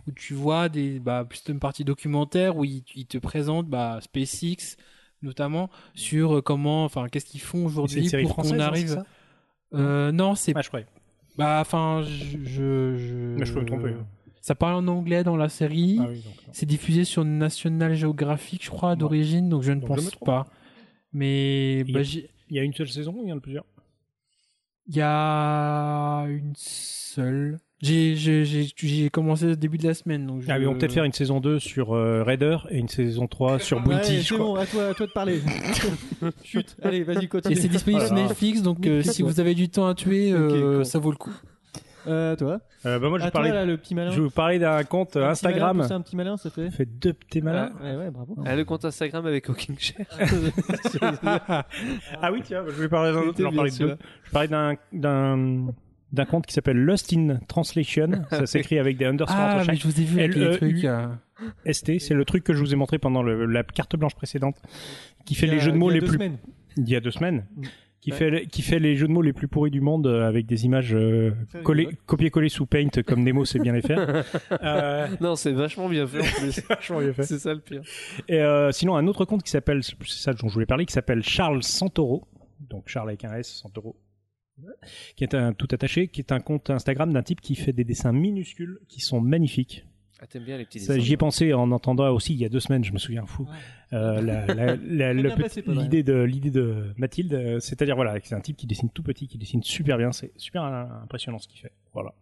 [SPEAKER 4] où tu vois des, bah, plus une partie documentaire où ils, ils te présentent bah, SpaceX notamment sur euh, comment, enfin, qu'est-ce qu'ils font
[SPEAKER 1] C'est une
[SPEAKER 4] aujourd'hui
[SPEAKER 1] série
[SPEAKER 4] pour
[SPEAKER 1] française.
[SPEAKER 4] qu'on
[SPEAKER 1] hein,
[SPEAKER 4] arrive.
[SPEAKER 1] c'est ça
[SPEAKER 4] Euh, non, c'est
[SPEAKER 1] Ah, je croyais.
[SPEAKER 4] bah, enfin, je, je, je.
[SPEAKER 1] Mais Bah, je peux me tromper.
[SPEAKER 4] Euh, Ça parle en anglais dans la série.
[SPEAKER 1] Ah oui, donc. non.
[SPEAKER 4] C'est diffusé sur National Geographic, je crois,
[SPEAKER 1] Ouais.
[SPEAKER 4] d'origine, donc je ne
[SPEAKER 1] Donc je me
[SPEAKER 4] pense
[SPEAKER 1] trompe.
[SPEAKER 4] pas. Mais
[SPEAKER 1] Il y
[SPEAKER 4] bah,
[SPEAKER 1] a-
[SPEAKER 4] j'ai-
[SPEAKER 1] Il y a une seule saison ou il y en a plusieurs
[SPEAKER 4] il y a une seule. J'ai- J'ai j'ai- j'ai commencé au début de la semaine, donc. je-
[SPEAKER 1] Ah oui, on peut peut-être faire une saison 2 sur euh, Raider et une saison 3 sur Bounty,
[SPEAKER 3] Ouais,
[SPEAKER 1] je
[SPEAKER 3] c'est
[SPEAKER 1] crois.
[SPEAKER 3] bon, à toi, à toi de parler. Chut, allez, vas-y,
[SPEAKER 4] Et
[SPEAKER 3] continue.
[SPEAKER 4] c'est disponible sur
[SPEAKER 1] Voilà.
[SPEAKER 4] Netflix, donc euh,
[SPEAKER 3] Netflix,
[SPEAKER 4] si
[SPEAKER 3] ouais.
[SPEAKER 4] vous avez du temps à tuer,
[SPEAKER 3] Ok,
[SPEAKER 4] euh,
[SPEAKER 3] cool.
[SPEAKER 4] ça vaut le coup.
[SPEAKER 3] Euh, toi,
[SPEAKER 1] Euh, bah, moi, je
[SPEAKER 3] à
[SPEAKER 1] vais
[SPEAKER 3] toi
[SPEAKER 1] parler-
[SPEAKER 3] là, le petit malin.
[SPEAKER 1] je vais vous parler d'un compte
[SPEAKER 3] Un petit malin,
[SPEAKER 1] Instagram.
[SPEAKER 3] C'est un petit malin, ça fait.
[SPEAKER 1] Fait deux petits malins.
[SPEAKER 3] Ouais, ouais, bravo.
[SPEAKER 1] [laughs]
[SPEAKER 2] Ah, le compte Instagram avec Hawking Chair.
[SPEAKER 1] ah oui, tiens, je vais parler d'un autre,
[SPEAKER 3] C'était
[SPEAKER 1] j'en parlais de
[SPEAKER 3] bien,
[SPEAKER 1] deux. Je parlais d'un- d'un d'un compte qui s'appelle Lost in Translation.
[SPEAKER 3] [laughs]
[SPEAKER 1] Ça s'écrit avec des underscores
[SPEAKER 4] Ah,
[SPEAKER 1] entre
[SPEAKER 4] mais
[SPEAKER 1] chaque
[SPEAKER 4] je vous ai vu avec les
[SPEAKER 1] LEU.
[SPEAKER 4] trucs. euh,
[SPEAKER 1] ST. C'est le truc que je vous ai montré pendant le- la carte blanche précédente, qui fait
[SPEAKER 3] Il y a-
[SPEAKER 1] les jeux de mots
[SPEAKER 3] il y
[SPEAKER 1] les
[SPEAKER 3] a deux
[SPEAKER 1] plus
[SPEAKER 3] semaines.
[SPEAKER 1] il y a deux semaines,
[SPEAKER 3] Mm.
[SPEAKER 1] qui,
[SPEAKER 3] Ouais.
[SPEAKER 1] fait, le- qui fait les jeux de mots les plus pourris du monde euh, avec des images euh,
[SPEAKER 3] Ça
[SPEAKER 1] collées-
[SPEAKER 3] rigole.
[SPEAKER 1] copiées-collées sous Paint comme Nemo sait bien les faire. Euh,
[SPEAKER 2] Non, c'est vachement bien fait en plus.
[SPEAKER 1] vachement bien fait.
[SPEAKER 2] c'est ça le pire.
[SPEAKER 1] Et euh, sinon, un autre compte qui s'appelle, c'est ça dont je voulais parler, qui s'appelle Charles Santoro, donc Charles avec un S, Santoro, qui est un tout attaché, qui est un compte Instagram d'un type qui fait des dessins minuscules qui sont magnifiques.
[SPEAKER 2] Ah, t'aimes bien les petits
[SPEAKER 1] Ça, J'y ai pensé en entendant aussi il y a deux semaines, je me souviens fou. Euh, la- la- la- le
[SPEAKER 3] bien
[SPEAKER 1] petit-
[SPEAKER 3] placé, pas vrai.
[SPEAKER 1] L'idée de l'idée de Mathilde, euh, c'est-à-dire voilà, c'est un type qui dessine tout petit, qui dessine super bien, c'est super euh, impressionnant ce qu'il fait. Voilà.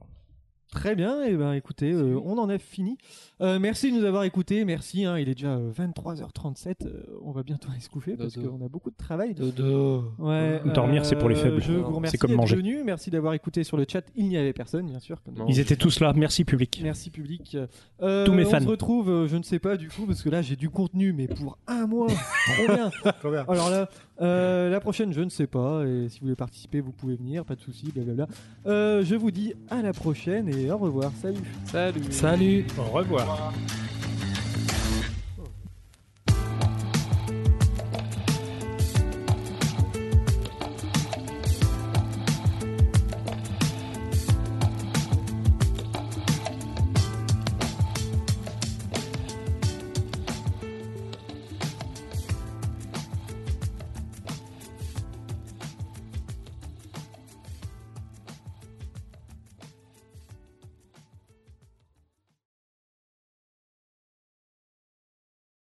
[SPEAKER 3] Très bien, et ben écoutez, euh, on en a fini. Euh, merci de nous avoir écoutés, merci, hein, il est déjà euh, 23h37, euh, on va bientôt aller se coucher parce
[SPEAKER 2] Dodo.
[SPEAKER 3] qu'on a beaucoup de travail.
[SPEAKER 2] Dodo.
[SPEAKER 3] Ouais, euh,
[SPEAKER 1] Dormir, c'est pour les faibles.
[SPEAKER 3] Je vous remercie
[SPEAKER 1] C'est comme
[SPEAKER 3] d'être
[SPEAKER 1] manger.
[SPEAKER 3] venus, merci d'avoir écouté sur le chat, il n'y avait personne bien sûr. comme
[SPEAKER 2] Non.
[SPEAKER 1] Ils étaient tous là, merci public.
[SPEAKER 3] Merci public. Euh,
[SPEAKER 1] Tous mes
[SPEAKER 3] On
[SPEAKER 1] fans.
[SPEAKER 3] se retrouve, euh, je ne sais pas du coup, parce que là j'ai du contenu, mais pour
[SPEAKER 1] [laughs]
[SPEAKER 3] un mois. Trop bien. Alors là, euh, la prochaine, je ne sais pas. Et si vous voulez participer, vous pouvez venir, pas de souci, blablabla. Euh, je vous dis à la prochaine et au revoir. Salut.
[SPEAKER 2] Salut.
[SPEAKER 4] Salut
[SPEAKER 1] Au revoir.